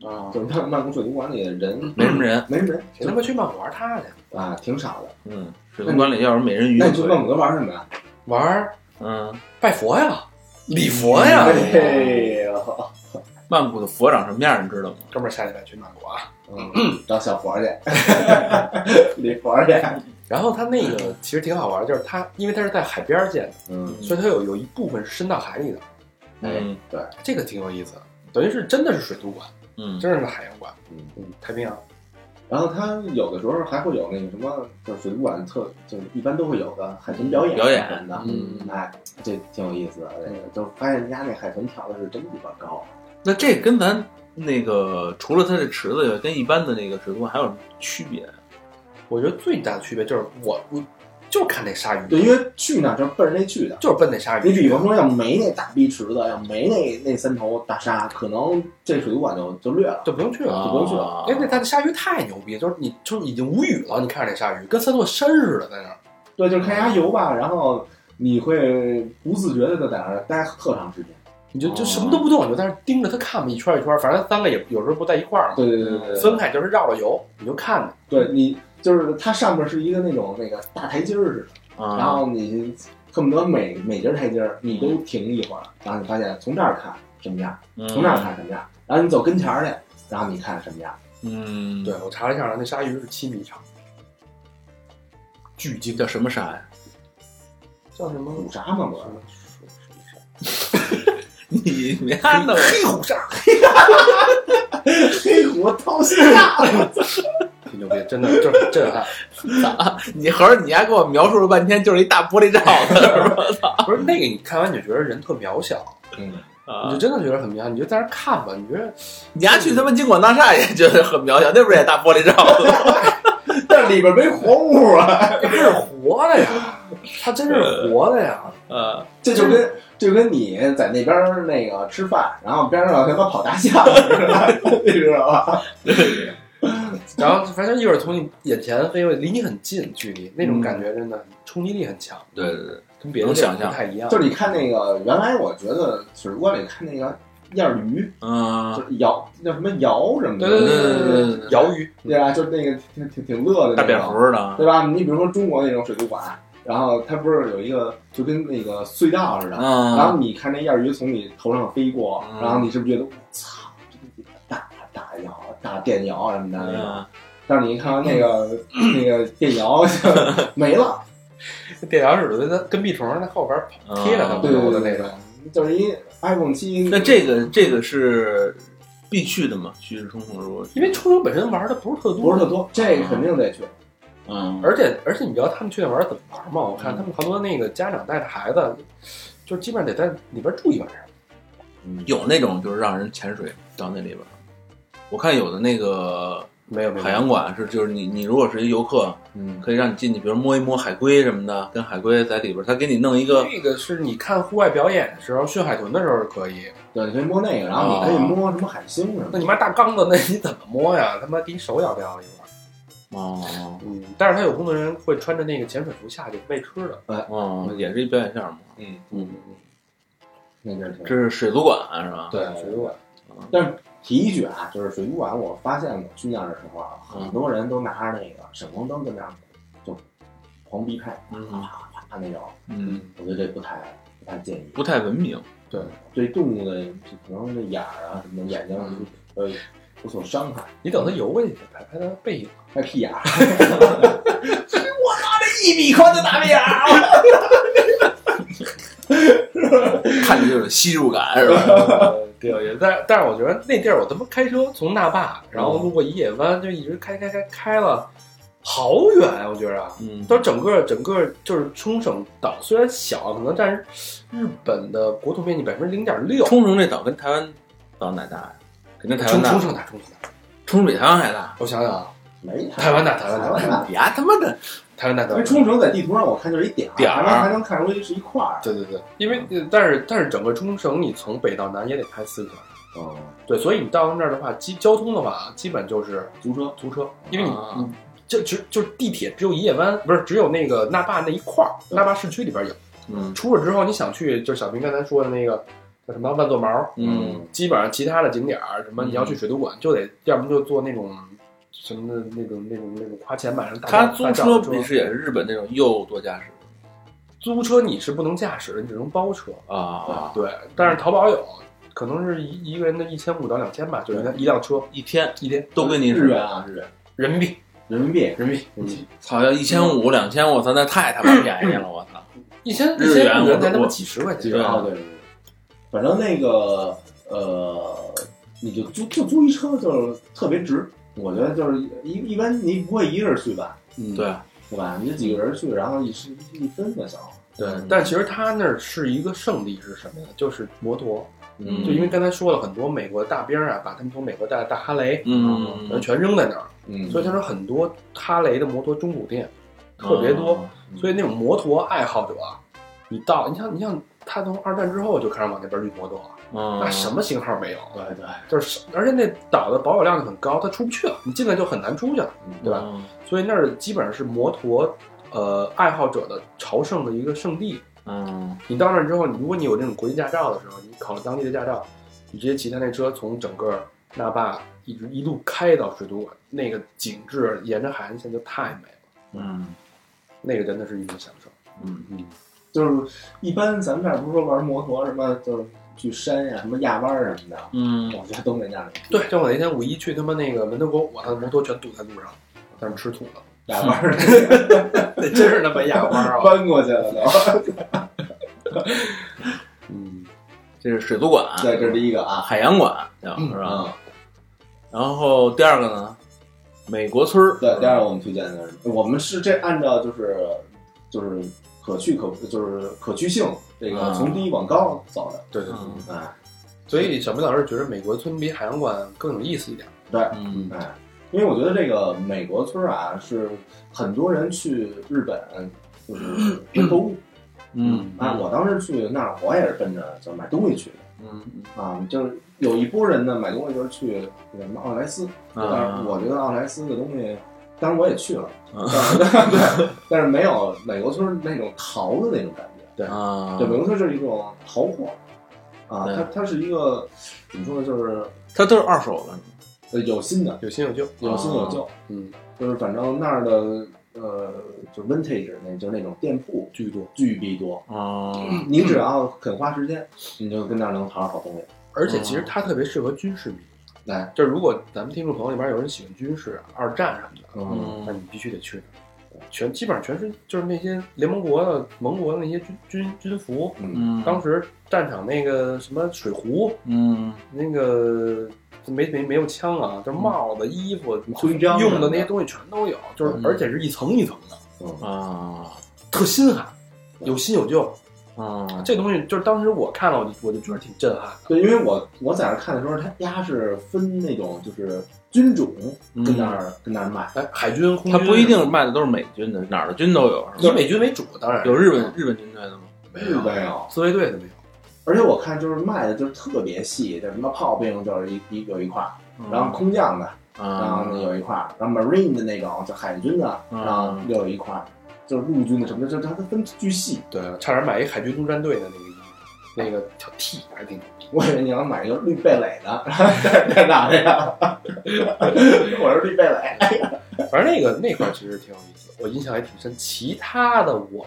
哦
啊，
就是曼曼谷水族馆里的人
没什么人，
没什么人，
谁他妈去曼谷玩它去？
就啊挺少的。
嗯，水族馆里要是美人鱼
那
就可
你去曼
以，
谷玩 什么呀？啊
玩
嗯，
拜佛呀，礼佛呀。
哎呦，
曼谷的佛长什么样，你知道吗？
哥们儿，下礼拜去曼谷啊。
嗯， 找小佛去，礼佛去，
然后它那个其实挺好玩，就是它因为它是在海边儿建的，
嗯，
所以它有有一部分是深到海里的，
嗯
这个挺有意思的。等于是真的是水族馆，
嗯，
真是海洋馆，
嗯。
嗯，太平洋。
然后他有的时候还会有那个什么，就是水族馆特，就是一般都会有个海豚表演
表演
什么的，
嗯
哎，这挺有意思的。这个就是发现人家那海豚跳的是真鸡巴高，
那这跟咱那个除了它这池子以外，跟一般的那个水族馆还有什么区别？
我觉得最大的区别就是我我就是看那鲨鱼，
对，因为去那儿就是奔着那去的。
就是奔那鲨鱼。
你比方说，要没那大逼池子，要没那那三头大鲨，可能这水族馆就就略了。
就不用去了，
啊
就不用去了。哎因为那它的鲨鱼太牛逼，就是你就是已经无语了，你看着那鲨鱼跟三座山似的在那儿。
对，就是看牙游吧，然后你会不自觉的就在那儿待特长时间。
你就
哦
就什么都不动，你就在那儿盯着它看吧，一圈一圈，反正三个也有时候不在一块儿嘛，
对对对对对，
分开就是绕着游，你就看着。
对你就是它上面是一个那种那个大台阶儿似的。
啊，
然后你恨不得每每节台阶儿你都停一会儿，然后你发现从这儿看什么样，从
从
那儿看什么样，然后你走跟前儿去，然后你看什么样，
嗯，
对，我查了一下，那鲨鱼是七米长，
巨鲸叫什么鲨呀？
叫什么
虎鲨嘛不 是？
你别看的
黑虎鲨，
黑虎掏心大，
挺牛逼，真的就是很震 撼。
你合着你还给我描述了半天，就是一大玻璃罩 子，
不是那个，你看完你就觉得人特渺小，
嗯，
你就
啊！
真的觉得很渺小，你就在那儿看吧，你觉 得
你还去他妈金广大厦也觉得很渺小，那不是也大玻璃罩 子？
但是里边没活物啊，
它是活的呀，它真是活的呀。
呃，
这就跟就跟你在那边儿那个吃饭，然后边上他妈跑大象似的，你知道吧？
然后反正一会儿从你眼前飞过去，离你很近，距离那种感觉真的冲击力很强，
对对对，
跟别的
嗯能想象
不太一样。
就是你看那个，原来我觉得水族馆里看那个燕儿鱼，
嗯
就是摇叫什么摇什么的，
啊对对对
对
对对，
对对
鳐鱼，
对啊，就是那个挺挺挺乐的那种
大蝙蝠似的，
对吧？你比如说中国那种水族馆，然后它不是有一个就跟那个隧道似的，
啊
然
嗯
后你看那燕儿鱼从你头上飞过，
嗯
然后你是不是觉得我操，这大大摇大电摇啊什么的
啊
那种？
嗯，
但是你一看完那个那个电摇就 没了，
电疗似的，它跟壁虫在后边跑
嗯
贴着它
对
们
对
游的
对
那
对
种。
对，就是一 iPhone 七。
那这个这个是必去的嘛？旭日冲冲如果
因为冲绳本身玩的不是特
不
多
是，特多，这个肯定得去。
嗯
而且而且你知道他们去那玩怎么玩吗？我看他们好多那个家长带着孩子，就基本上得在里边住一晚上。
有那种就是让人潜水到那里边儿，我看有的那个
没有没有，
海洋馆是就是你你如果是一游客，
嗯，
可以让你进去，比如摸一摸海龟什么的，跟海龟在里边儿，他给你弄一个
这个是你看户外表演的时候，训海豚的时候可以。
对，你可以摸那个，然后你可以摸什么海星什么
那
的。
你妈大缸子，那你怎么摸呀？他妈给你手咬掉一会儿。
哦
嗯
但是他有工作人员会穿着那个潜水服下去喂吃的，
哦，也是一表演项目。
嗯
嗯，
那真是
这是水族馆是吧？
对
水
水
族
族
馆
馆。但是提一句啊，就是水族馆，我发现我去那儿的时候啊，
嗯
很多人都拿着那个闪光灯在那儿就狂逼拍，
嗯
啪那种，
嗯，
我觉得这不太不太建议。
不太文明。
对对动物的可能是眼儿啊什么的眼睛呃有所伤害，
你等他游过去，拍拍他背影。
那屁眼儿，我操，这一米宽的大屁眼儿，
看着就有吸入感，是吧？
呃对，也但但是我觉得那地儿，我他妈开车从那霸，然后路过一野湾，就一直开开开开了好远啊，我觉着啊。
嗯，
到整个整个就是冲绳岛虽然小，可能但是日本的国土面积百分之零点六，
冲绳这岛跟台湾岛哪大呀？肯定台湾
冲
大。
冲绳大，冲绳大。
冲绳比台湾还大。
我想想啊，
没
台湾大，台湾
台
大，
湾大，
呀，他妈的！
台湾大，台
因
湾
为
大
冲绳在地图上我看就是一点儿
点儿
台湾还能看出是一块儿，
对对对，因为呃但是但是整个冲绳你从北到南也得开四个小时，
哦，
对，所以你到那儿的话，基交通的话，基本就是
足车，
租车，因为你
啊
你就只就是地铁只有一夜湾，不是只有那个那霸那一块儿，那霸市区里边有。
嗯
出了之后，你想去就是小平刚才说的那个叫什么万座毛，
嗯，
基本上其他的景点儿什么
嗯
你要去水族馆就得，要么就坐那种什么的那种那种那种花钱买上大
他
轿
租
大轿
车
车，
不是也是日本那种右舵驾驶
租车你是不能驾驶的，你只能包车。
啊？
对，但是淘宝有，可能是一一个人的一千五到两千吧，就是一辆一辆车
一天
一天
都归你
日
是
元啊日元，
人民币
人民币，
人民币
人民币，
操，要一千五两千，我操，那太他妈便宜了，我操！
一千一
日元
千五
我
才他妈
我
几十块
几
钱
十
对，
啊对对对，反正那个呃，你就租就租一车就是特别值，我觉得就是一一般你不会一个人去吧，
嗯
对
对吧？你就几个人去，然后一是一分就行了。
对
嗯，
但其实他那儿是一个圣地是什么呀？就是摩托，
嗯
就因为刚才说了很多美国大兵啊，把他们从美国带的大哈雷，啊
嗯
然后全扔在那儿，
嗯
所以他说很多哈雷的摩托中古店特别
哦
多，所以那种摩托爱好者啊，你到你像你像他从二战之后就开始往那边运摩托了，
哦
嗯，
那什么型号没有？
对对，
就是而且那岛的保有量就很高，它出不去了，你进来就很难出去了，
嗯
对吧？
吧？
所以那儿基本上是摩托呃爱好者的朝圣的一个圣地。
嗯
你到那儿之后，你如果你有这种国际驾照的时候，你考了当地的驾照，你直接骑他那车从整个那霸一直一路开到水族馆，那个景致沿着海岸线就太美了，
嗯
那个真的是一种享受。
嗯
嗯，
就是一般咱们这儿不是说玩摩托什么，就是去山呀、什么压弯儿什么的，
嗯，
我觉得东北那儿也
对，像我那天五一去他妈那个门头沟，我的摩托全堵在路上，在那儿吃土了，
压弯儿
那真是他妈压弯儿 啊！
翻过去了都。
嗯，
这是水族馆，
对，这是第一个啊，
海洋馆，叫
嗯
是吧？
啊，
然后第二个呢，美国村儿，
对，第二个我们推荐的是，我们是这按照就是就是可去可就是可去性这个
啊
从低往高走的，
对对对。
嗯
哎
所以小明老师觉得美国村比海洋馆更有意思一点。
嗯
哎，因为我觉得这个美国村儿啊是很多人去日本 就是奔购物
嗯
啊，我当时去那儿我也是奔着就是买东西去的。
嗯
啊，就是有一波人呢买东西就是去那个什么奥莱斯，但
啊
是我觉得奥莱斯的东西，当然我也去了，
啊
但是 对，但是没有美国村那种淘的那种感觉。
啊
对，美国村是一种淘货，啊，
对
它它是一个怎么说呢，就是
它都是二手的，
呃有新的，
有新有旧，
有新有旧，
嗯，
就是反正那儿的呃，就是 vintage 那就是那种店铺
巨多。
巨逼多，
啊，
你只要肯花时间，你就跟那儿能淘着好东西。
而且其实它特别适合军事迷，
来，
就是如果咱们听众朋友里边有人喜欢军事、啊二战什么的，
嗯，
那你必须得去那儿。全基本上全是就是那些联盟国的盟国的那些军军军服，
嗯
嗯，
当时战场那个什么水壶，
嗯
那个没没没有枪啊，就是帽子、衣服、
徽章
用的那些东西全都有，就是
嗯
而且是一层一层的，
嗯
啊
特新罕，有新有旧。
啊，
这东西就是当时我看了，我就我就觉得挺震撼的。
对，因为我我在那儿看的时候，他丫是分那种就是军种跟那儿、跟那儿卖，
哎，海军、空军，
嗯它不一定卖的都是美军的，哪儿的军都有，
以美军为主，当然
有日本日本军队的吗？
没
日
有
本有，
自卫队的没有，
而且我看就是卖的就是特别细，就是什么炮兵就是一一有一块儿，然后空降的然后
啊
呢有一块儿，然后 marine 的那种就海军的，
嗯
然后又有一块儿，就是陆军的什么的，就是它它分巨细。
对，差点买一海军陆战队的那个衣服，那个小 T 还挺牛逼。
我以为你要买一个绿贝蕾的，然后 在那拿着呀，我是绿贝蕾。
反正那个那块儿其实挺有意思，我印象还挺深。其他的我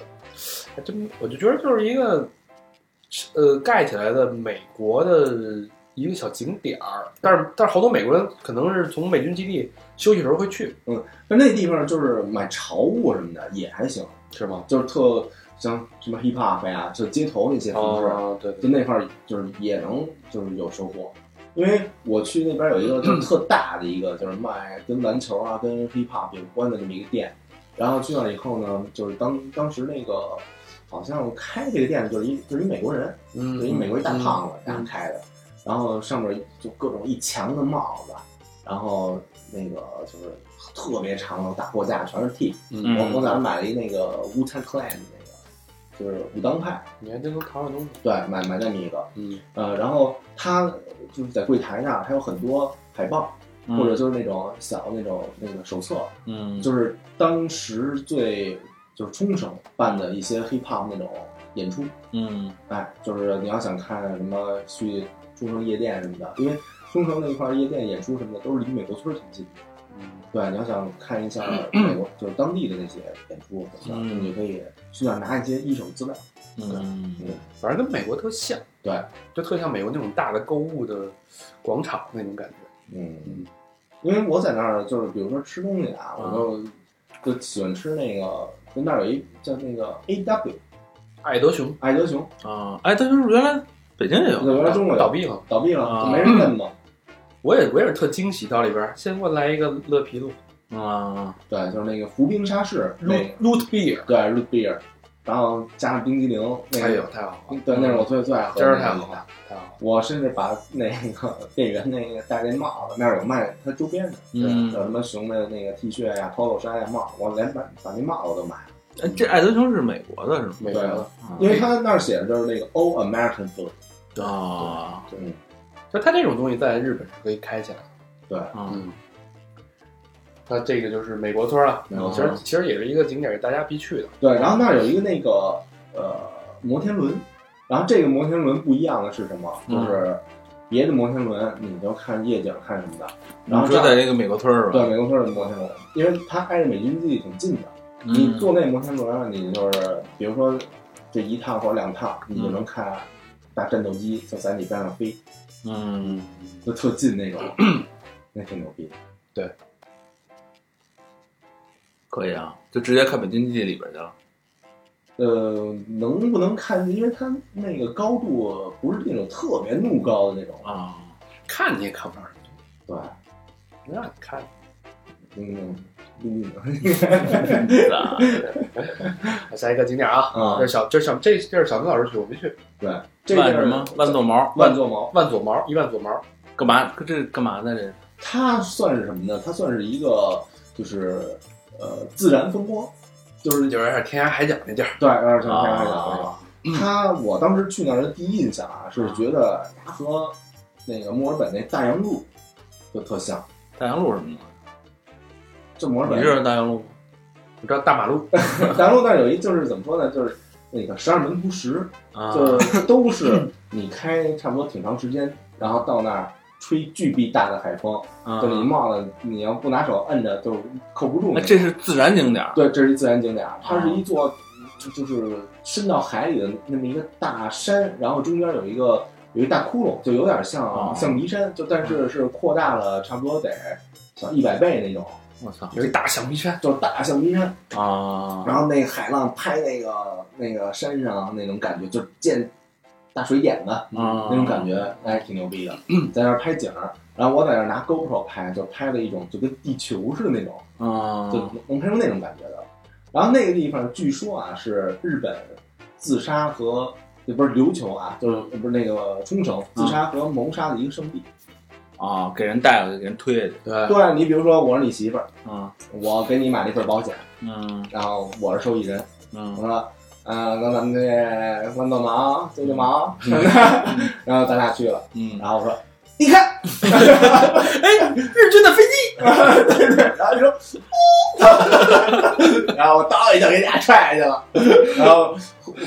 还真我就觉得就是一个呃盖起来的美国的一个小景点儿，但是但是好多美国人可能是从美军基地休息时候会去，
那那地方就是买潮物什么的也还行，
是吗？
就是特像什么 hip hop 呀，就街头那些服饰，
哦，对
就
对，
那块儿就是也能就是有收获。因为我去那边有一个就是特大的一个就是卖跟篮球啊跟 hip hop 有关的这么一个店，然后去那以后呢，就是当当时那个好像开这个店的就是一就是一美国人，
嗯
就一美国一大胖子，然后
嗯
开的，然后上面就各种一墙的帽子，然后那个就是特别长的大货架，全是 T。
嗯，
我我在那儿买了一那个 Wu Tang Clan 的那个，就是武当派，
你还真能扛上东西，
对，买买那么一个，
嗯
呃，然后他就是在柜台上还有很多海报，
嗯
或者就是那种小的那种那个手册，
嗯
就是当时最就是冲绳办的一些 hip hop 那种演出，
嗯
哎，就是你要想看什么去冲绳夜店什么的，因为冲绳那一块儿夜店演出什么的都是离美国村儿挺近的。
嗯，
对，你要想看一下美国就是当地的那些演出什么的，
嗯
你可以去那儿拿一些一手资料。
嗯
反正跟美国特像，
对，
就特像美国那种大的购物的广场那种感觉。
嗯，因为我在那儿就是比如说吃东西啊，我就就喜欢吃那个，就那儿有一叫那个 A W
爱德熊
爱德熊，
啊，哎，但是原来北京也有，
原来中国
倒
有
闭了，
倒闭
啊
了，就没人认嘛。
我也我也是特惊喜，到里边儿先给我来一个乐皮露
啊，
对，就是那个浮冰沙士，那
root
个
root beer，
对 root beer，然后加上冰激凌，那个嗯
哎呦太好了，
对，那是我最最爱喝，
真是太好。了，太好了。
我甚至把那个 店员那个戴那帽子，那儿有卖它周边的，
嗯
有什么熊的那个 T 恤呀、polo 衫呀、帽，我连把把那帽子都买了，
哎这爱德熊是美国的是吗？
美国的，
啊
因为他那儿写的就是那个 All American Food，
啊，
嗯，
就它这种东西在日本是可以开起来的。
对，
嗯，
那这个就是美国村儿了，
美国
其
村
实其实也是一个景点，大家必去的。
对，然后那儿有一个那个呃摩天轮，然后这个摩天轮不一样的是什么？
嗯
就是别的摩天轮你就看夜景看什么的，然后
你说
这
在
儿
这个美国村儿是吧？
对美国村的摩天轮，因为它挨着美军基地挺近的。
嗯
你坐那摩天轮，你就是比如说这一趟或者两趟，你就能看大战斗机就在你边上飞，
嗯
就特 近那种，那挺牛逼的。
可以啊，就直接看北京基地里边去了。
呃，能不能看？因为它那个高度不是那种特别怒高的那种，
啊，
看你也看不上什么东
对，
西，能让你看。
嗯，嗯，
那下一个景点啊，
啊
这是小这是小这这是小明老师去，我没去。
对，这
万
地儿
什么？万座毛？
万座毛，
万左毛，一万左毛，
干嘛？这干嘛呢？这
它算是什么呢？它算是一个就是呃自然风光，就是
就是有点天涯海角那地儿。
对，有点像
啊
天上那种。他我当时去那儿的第一印象啊，是觉得它和那个墨尔本那大洋路就特像。
大洋路什么的？
就墨尔
你
本
认识大洋路吗？
你知道大马路，
大洋路那儿有一就是怎么说呢，就是那个十二门徒石，
啊，
就是都是你开差不多挺长时间，然后到那儿吹巨逼大的海风，
啊
就是你帽子你要不拿手摁着就扣不住那
哎
种。
这是自然景点儿
对，这是一自然景点儿，啊它是一座就就是伸到海里的那么一个大山，然后中间有一个有一大窟窿，就有点像、
哦
像迷山，就但是是扩大了差不多得小一百倍那种，
我操
有一大橡皮山，
就是大像迷山。
啊！
然后那海浪拍那个那个山上那种感觉，就见大水点子、
啊
那种感觉，哎，挺牛逼的。在那儿拍景儿，然后我在那儿拿 GoPro 拍，就拍了一种就跟地球似的那种。
啊，
就能拍成那种感觉的。然后那个地方据说啊是日本自杀和不是琉球啊，就是不是那个冲绳自杀和谋杀的一个圣地。
啊，给人带过去，给人推下去。
对，
对，啊你比如说我是你媳妇儿，
啊，
我给你买了一份保险，
嗯
然后我是受益人，我
嗯
说。啊，那咱们 这豌豆毛、舅舅毛，然后咱俩去了，
嗯
然后我说，你看，
哎，日军的飞机，
对对，然后就说，呜 然后我当一脚给家踹下去了，然后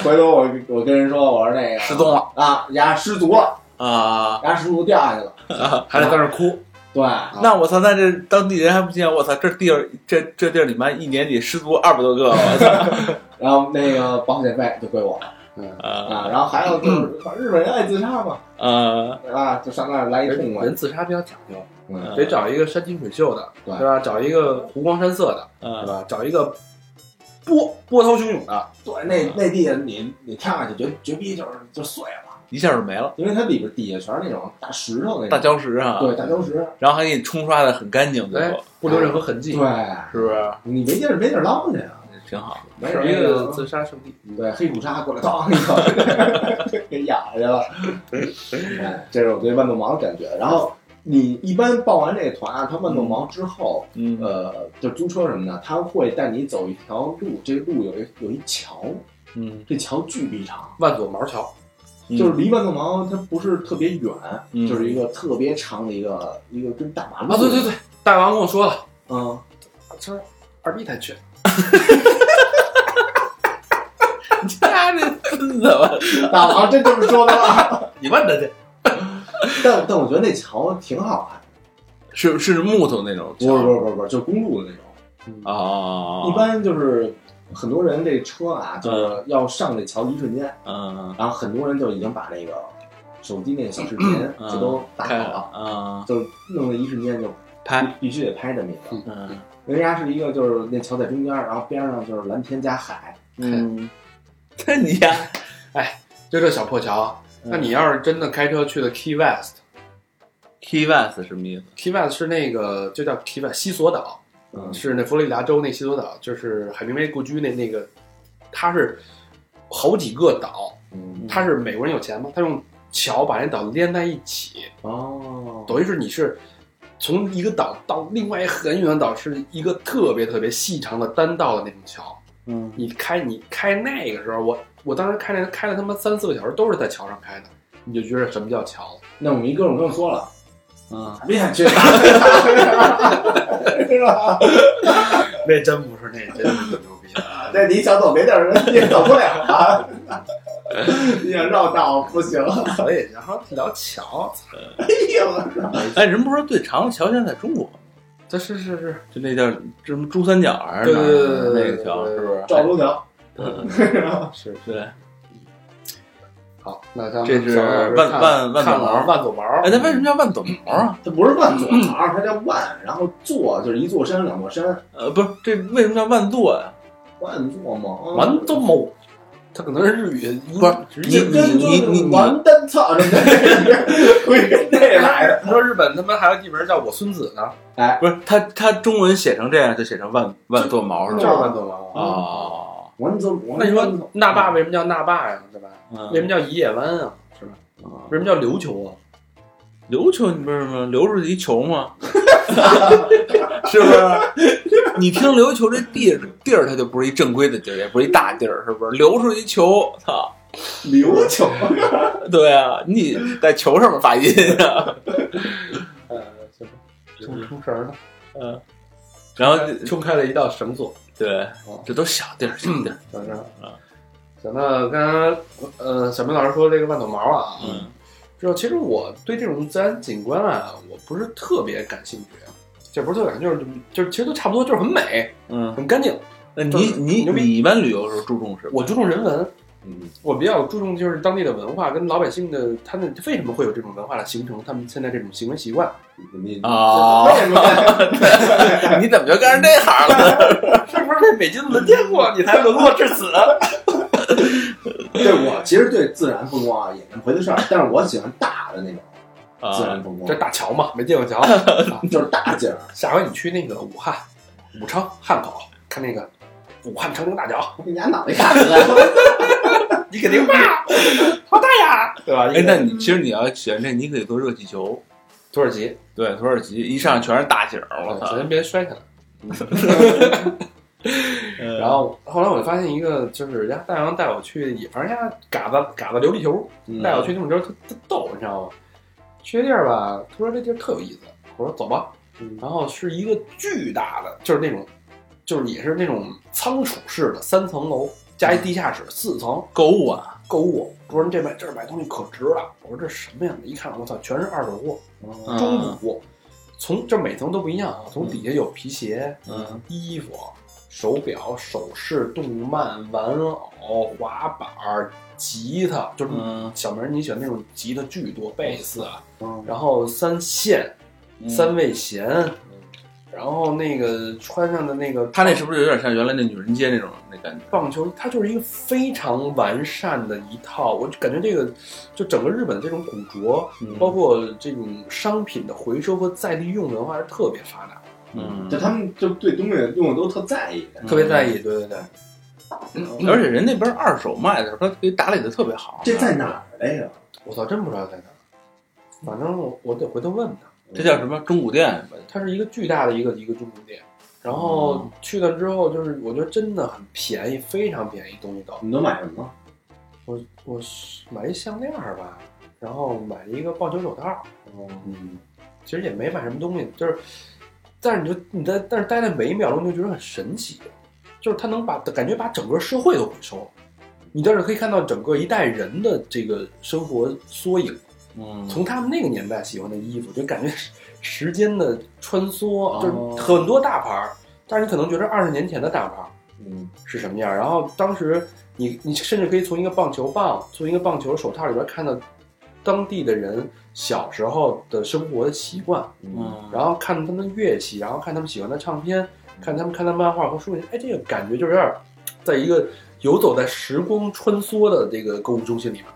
回头我我跟人说，我说那个
失踪了
啊，牙失足了，
啊！
牙失足掉下去了，
还得在那儿哭。
对，
那我操，那这当地人还不见我操，这地儿这这地儿里面一年里失足二百多个，我操！
然后那个保险费就归我了
啊
啊，然后还有就是日本人爱自杀嘛，
啊
啊，就上那儿来一痛快，
人自杀比较讲究，
嗯
得找一个山清水秀的，
对嗯
对吧？找一个湖光山色的，对
啊！
吧？找一个波波涛汹涌的，
啊对，那那地下你你跳下去绝绝逼就是就碎了，
一下就没了，
因为它里边底下全是那种大石头那
大
种，
礁石啊，
对，大礁石，
然后还给你冲刷的很干净，最
哎
后，
不留任何痕迹，
对，
是不是？
你没地儿没地儿捞去啊，
挺好。
没有
是
那
一个
个
自杀圣地。
对，黑虎鲨过来当一个 给咬下去了。哎，这是我对万斗王的感觉。然后你一般报完这个团啊，他万斗王之后，
嗯
呃，就租车什么的，他会带你走一条路，这路有一有一桥，
嗯，
这桥巨逼长，
万左毛桥，嗯
就是离万斗王它不是特别远，
嗯
就是一个特别长的一个一个跟大马路
啊，对对对，大王跟我说了，
嗯，
这儿二逼太缺，
他这怎么？
大王真这么说的吗？
你问他去。
但但我觉得那桥挺好看，
是是木头那种
不是不是不是不是，就公路的那种。
啊啊！
一般就是很多人这车啊，就是要上这桥一瞬间，
嗯
然后很多人就已经把那个手机那个小视频
嗯
就都打好
开
了，
啊
就弄了一瞬间就
拍
必须得拍这么一个。
嗯
人家是一个就是那桥在中间，然后边上就是蓝天加海，
嗯，那你呀
就这小破桥，那你要是真的开车去的 Key West，Key
，Key West 什么意思？
West 是那个就叫 Key West 西索岛，
嗯，
是那佛罗里达州那西索岛，就是海明威故居那那个，它是好几个岛，
嗯
它是美国人有钱嘛，他用桥把那岛连在一起，
哦，
等于是你是从一个岛到另外很远的岛，是一个特别特别细长的单道的那种桥。
嗯，
你开你开那个时候，我我当时开那开了他妈三四个小时，都是在桥上开的，你就觉得什么叫桥了？
那我们一哥们跟我说了，
啊，
别去打，是吧？
那真不是那真不是牛逼啊！
那你想走别地儿，你也走不了啊，你想绕道不行，
所以然后聊桥，
哎呦，
哎，人不是说对长虹桥现在在中国，
这是是是，
就那叫什么珠三角还是哪啊
对对对对
那个桥
对
是不是？
赵州桥。
嗯，是对。
好，那咱们
这是
小老师
万
看
万万
看
朵
了
毛
啊万朵毛，
哎，它为什么叫万斗毛啊？
它不是万座桥，它叫万，然后座就是一座山两座山，
呃，不是，这为什么叫万座呀？
万座嘛，
完都某，他可能是日语，
不是
直
你
接
这跟
你你你
完蛋操，这会 跟这来的，
他说日本他妈还有地名叫我孙子呢，
哎，
不是，它它中文写成这样就写成万万座毛是
就
吧？
是万朵毛。
哦，
完座，
那你说那霸为什么叫那霸呀？对吧？
嗯
为什么叫一夜湾啊？是吧？为什么叫琉球啊？
琉球你不是吗？琉球是一球 吗？是不是？ 你听琉球这地地儿，它就不是一正规的地儿，也不是一大地儿，是不是？琉球一球， 操！
琉球，
对啊，你在球上面发音 啊。
呃，行吧，冲冲绳呢？
嗯，然后
冲开了一道绳索。
对
哦，
这都小地儿，小地儿。
小张行，那刚才呃，小明老师说这个万朵毛啊，
嗯，
之后其实我对这种自然景观啊，我不是特别感兴趣，啊这不是特别感兴趣，就是就是其实都差不多，就是很美，
嗯，
很干净。
那你
就是
你
牛逼
你一般旅游的时候注重什么？
我注重人文，
嗯，
我比较注重就是当地的文化跟老百姓的他们为什么会有这种文化的形成，他们现在这种行为习惯，
你
啊
为什么？
你怎么就干上这行了？
是不是被美军轮奸过，你才沦落至此？
对我其实对自然风光啊也那么回的事儿，但是我喜欢大的那种
啊
自然风
这
光，
大桥嘛，没见过桥。
就是大景儿。
下回你去那个武汉、武昌、汉口看那个武汉长城大桥，
你俩脑袋大了，
你肯定哇，好大呀，对吧？
哎，那你其实你要喜欢这，你可以做热气球。
土耳其，
对，土耳其一上全是大景儿，我操嗯
首！先别摔下来。然
然后
后后来我就发现一个，就是人家大洋
嗯
带我去，也反正人家嘎子嘎子琉璃球，带我去那种地儿特特逗，你知道吗？去这地儿吧，他说这地儿特有意思，我说走吧，
嗯
然后是一个巨大的，就是那种，就是也是那种仓储式的三层楼加一地下室，四层
购物啊，
购物。我说这买这儿买东西可值了，我说这什么呀？一看我操，全是二手货，
哦
嗯
中古货，从这每层都不一样啊，从底下有皮鞋、
嗯，
衣服、手表、首饰、动漫、玩偶、滑板、吉他，就是
嗯
小明儿你选那种吉他巨多，贝斯啊，
哦
然后三线、
嗯
三味弦，然后那个穿上的那个
他那是不是有点像原来那女人街那种那感觉？
棒球，它就是一个非常完善的一套。我感觉这个就整个日本这种古着，
嗯
包括这种商品的回收和再利用文化是特别发达，
嗯
就他们就对东西用的都特在意，
嗯
特别在意。对对对，
而且人那边二手卖的，他给打理的特别好。
这在？哪儿来呀？
我操，真不知道在哪儿。反正我我得回头问问他。
这叫什么中古店？
它是一个巨大的一个一个中古店，然后去了之后，就是我觉得真的很便宜，非常便宜，东西都。
你都买什么？
我我是买一项链儿吧，然后买了一个棒球手套，
嗯，
其实也没买什么东西，就是，但是你就你在但是待那每一秒钟，你就觉得很神奇，就是它能把感觉把整个社会都回收了，你在这可以看到整个一代人的这个生活缩影，
嗯
从他们那个年代喜欢的衣服，就感觉时时间的穿梭，
哦
就是很多大牌儿，但是你可能觉得二十年前的大牌儿
嗯，
是什么样儿，然后当时你你甚至可以从一个棒球棒，从一个棒球手套里边看到当地的人小时候的生活的习惯，
嗯，
然后看他们的乐器，然后看他们喜欢的唱片，看他们看的漫画和书，哎，这个感觉就是有点儿在一个游走在时光穿梭的这个购物中心里面，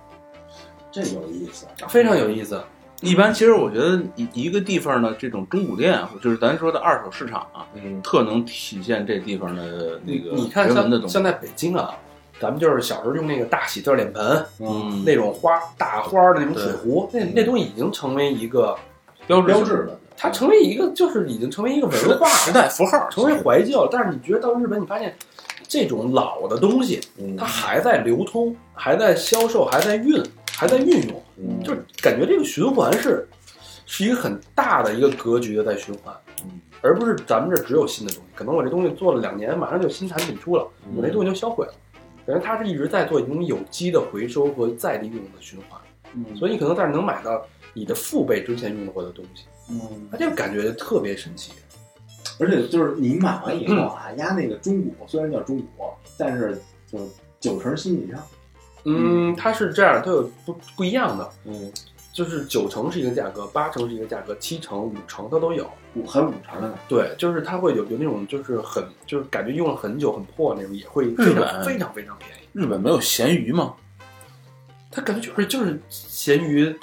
这有意思，
非常有意
嗯
思。
一般其实我觉得一一个地方的这种中古店，就是咱说的二手市场啊，
嗯，
特能体现这地方的那个
你看
人文的
像像
东西。
在北京啊，咱们就是小时候用那个大喜字脸盆，
嗯，
那种花大花儿的那种
对
水壶，那那东西已经成为一个，
标志
标
性
志的，
它成为一个就是已经成为一个
时
文
代
化，
时代符号，
成为怀旧。但是你觉得到日本，你发现这种老的东西，
嗯
它还在流通，还在销售，还在运，还在运用，
嗯
就是感觉这个循环是是一个很大的一个格局的在循环
嗯。
而不是咱们这只有新的东西，可能我这东西做了两年，马上就有新产品出了，
嗯
我那东西就销毁了。感觉它是一直在做一种有机的回收和再利用的循环，
嗯，
所以你可能在这能买到你的父辈之前用过的东西，
嗯
它这个感觉特别神奇。
而且就是你买完以后啊，压那个中古虽然叫中古，但是就是九成新以上，
嗯，它是这样，它有不不一样的，
嗯，
就是九成是一个价格，八成是一个价格，七成、五成它都有。
五还有五成的呢，
对，就是它会有有那种就是很就是感觉用了很久很破那种，也会
日
非
本
常非常非常便宜。
日本没有咸鱼吗？
它感觉就是就是咸鱼，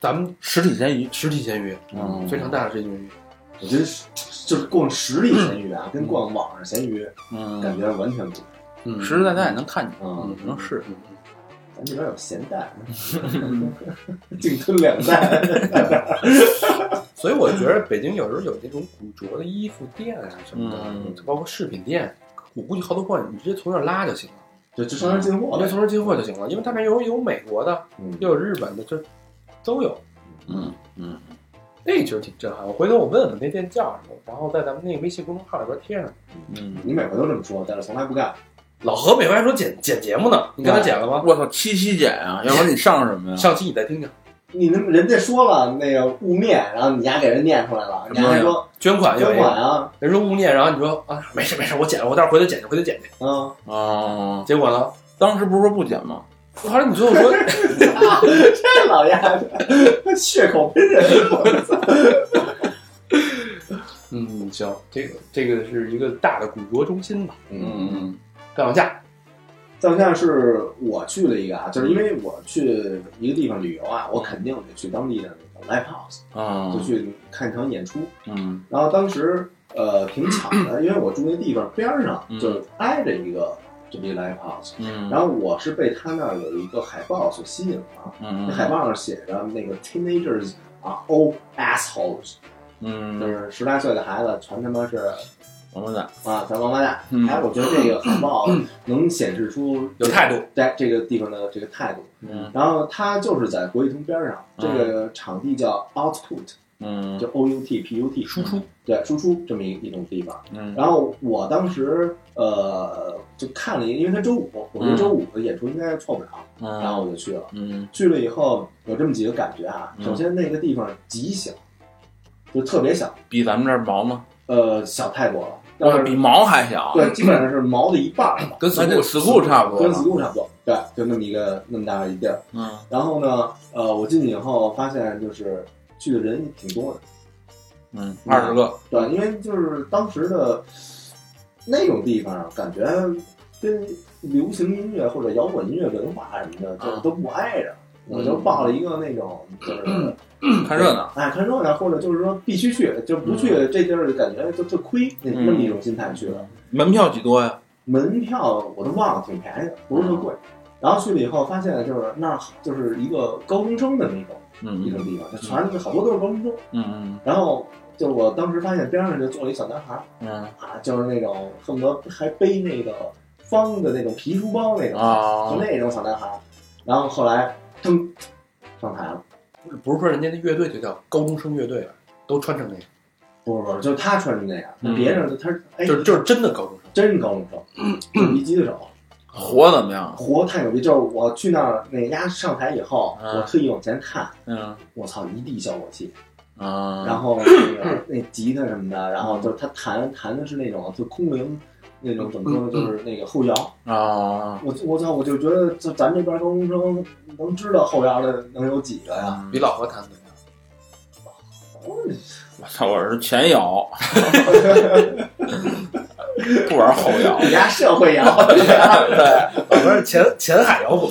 咱们
实体咸鱼，
实体咸鱼，
嗯
非常大的实体咸鱼。
我觉得是就是逛实体闲鱼啊，跟逛网上闲鱼感
嗯，
觉完全不一
嗯，
实实在在能看见，
样。
嗯
嗯，
能是
嗯嗯
咱这边有咸蛋，
嗯
净吞两蛋。
所以我觉得北京有时候有那种古着的衣服店啊什么的，
嗯
包括饰品店，我估计好多货你直接从这儿拉就行了，
就就商人进
我
货
就
呗，
从这儿进货就行了，因为它那有有美国的，
嗯
又有日本的，这都有。
嗯嗯，
那其实挺震撼。我回头我问问那店叫什么，然后在咱们那个微信公众号里边贴上。
嗯，
你每回都这么说，但是从来不干。
老何每回还说剪剪节目呢，你刚才剪了吗？
嗯我操，七夕姐啊，要不然你上什么呀？
上期你再听听，
你那么人家说了那个雾面，然后你丫给人念出来了，你丫还说
捐款有
捐
一个
款啊，
人说误念，然后你说啊没事没事，我剪了，我待会儿回头剪去，回头剪去。
啊，
哦，
结果呢，
当时不是说不减吗？
后来你最后 说
这老丫的血口喷 人，我操！
嗯行，这个这个是一个大的古着中心吧。
嗯
再往下，
再往下是我去了一个啊，就是因为我去一个地方旅游啊，我肯定得去当地的那个 live house，
啊
就去看一场演出。
嗯
然后当时呃挺巧的，因为我住那地方边儿上
嗯
就挨着一个这么一 live house，
嗯，
然后我是被他那儿有一个海报所吸引了，那海
嗯
报上写着那个 teenagers 啊 old assholes，就
嗯
是十来岁的孩子全他妈是
王八蛋，
啊，咱王八蛋。
嗯
哎，我觉得这个海报能显示出
有态度，
在这个地方的这个态度。
嗯
然后它就是在国际通边上，这个场地叫 Output，
嗯
就 O U T P U T，输出对输出这么一一种地方。
嗯
然后我当时呃就看了一，因为它周五，我觉得周五的演出应该错不了，然
嗯
后我就去了。
嗯
去了以后有这么几个感觉啊，
嗯
首先那个地方极小，就特别小，
比咱们这儿毛吗？
呃，小太多了，但
哇
是
比毛还小，啊
对，基本上是毛的一半儿吧，
跟
那
school
就
school 差不多
跟
了。
school 差不多，对，就那么一个那么大的一地儿。
嗯
然后呢，呃，我进去以后发现就是去的人挺多的，
嗯，二十个，
对，因为就是当时的那种地方，啊感觉跟流行音乐或者摇滚音乐文化什么的，就
啊
都不挨着。
嗯
我就抱了一个那种， 就是
看热闹。
哎看热闹，或者就是说必须去，就不去这地儿感觉就特亏，那
嗯
那么一种心态去的。
门票几多呀？
门票我都忘了，挺便宜的，
嗯
不是特贵。然后去了以后，发现就是那儿就是一个高中生的那种一种
嗯
地方，就全是好多都是高中生。
嗯
然后就我当时发现边上就坐了一小男孩儿
嗯
啊，就是那种恨不得还背那个方的那种皮书包那
嗯
种，就
啊，
那种小男孩儿。然后后来噔上台了，
不是说人家的乐队就叫高中生乐队啊，都穿成那样，
不是不是，就是他穿成那样，
嗯
别人就他哎，
就是就是真的高中生。
真是高中生，就是一吉他手。
活怎么样？
活太牛逼！就是我去那儿，那丫上台以后，
嗯
我特意往前看，
嗯
我操，一地效果器，
啊，
然后那个那吉他什么的，然后就是他弹弹的是那种就空灵。那种怎么说呢？就是那个后摇，
啊，
我我操，我就觉得就咱这边高中生能知道后摇的能有几个
啊嗯
呀？
比老何弹的怎么样？
我操，我是前摇，不玩后 摇。
你家社会摇，
我们是前前海摇滚，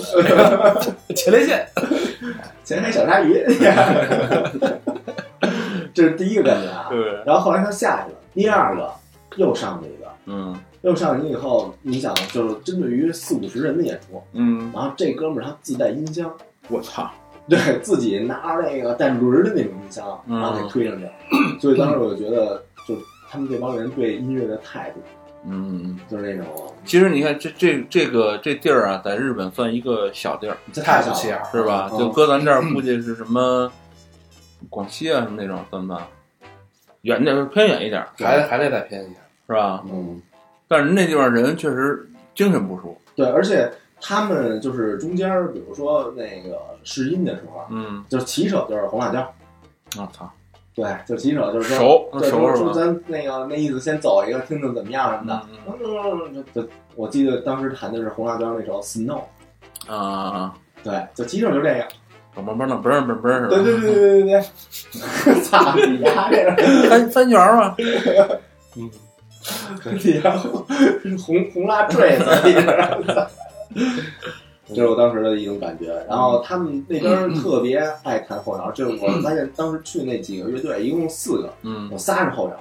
前列腺。
前海小鲨鱼， 这是第一个感觉啊。
对，
然后后来他下一个，第二个又上了一个，
嗯
又上去以后，你想就是针对于四五十人的演出，
嗯，
然后这哥们儿他自带音箱，
我操，
对自己拿着那个带轮儿的那种音箱，
嗯
然后给推上去，所以当时我就觉得，就是他们这帮人对音乐的态度，
嗯。
就是那种
其实你看，这这这个这地儿啊，在日本算一个小地儿，
这
太啊
小
不起眼
了，
了
是吧？
嗯
就搁咱这儿，估计是什么广西啊什么那种，算不算？远点儿偏远一点儿，
还还得再偏一点。
是吧？
嗯，
但是那地方人确实精神不舒。
对，而且他们就是中间儿，比如说那个试音的时候，啊
嗯，
就是起手就是红辣椒，
我啊操，
对，就起手就是说。
熟
对，
熟
说
是
说
吧？
咱那个那意思，先走一个，听听怎么样什么的。
嗯
嗯，就就我记得当时弹的是红辣椒那首《Snow》，
啊啊啊！
对，就起手就这个。
嘣嘣嘣嘣嘣嘣嘣是吧？
对对对对对 对，操你丫这 个，
对，三三旋儿嘛。
嗯，
你丫 红红辣坠子，你这儿 这是我当时的一种感觉。然后他们那边特别爱弹后摇，就是 我发现当时去那几个乐队一共四个，
嗯
有仨是后摇，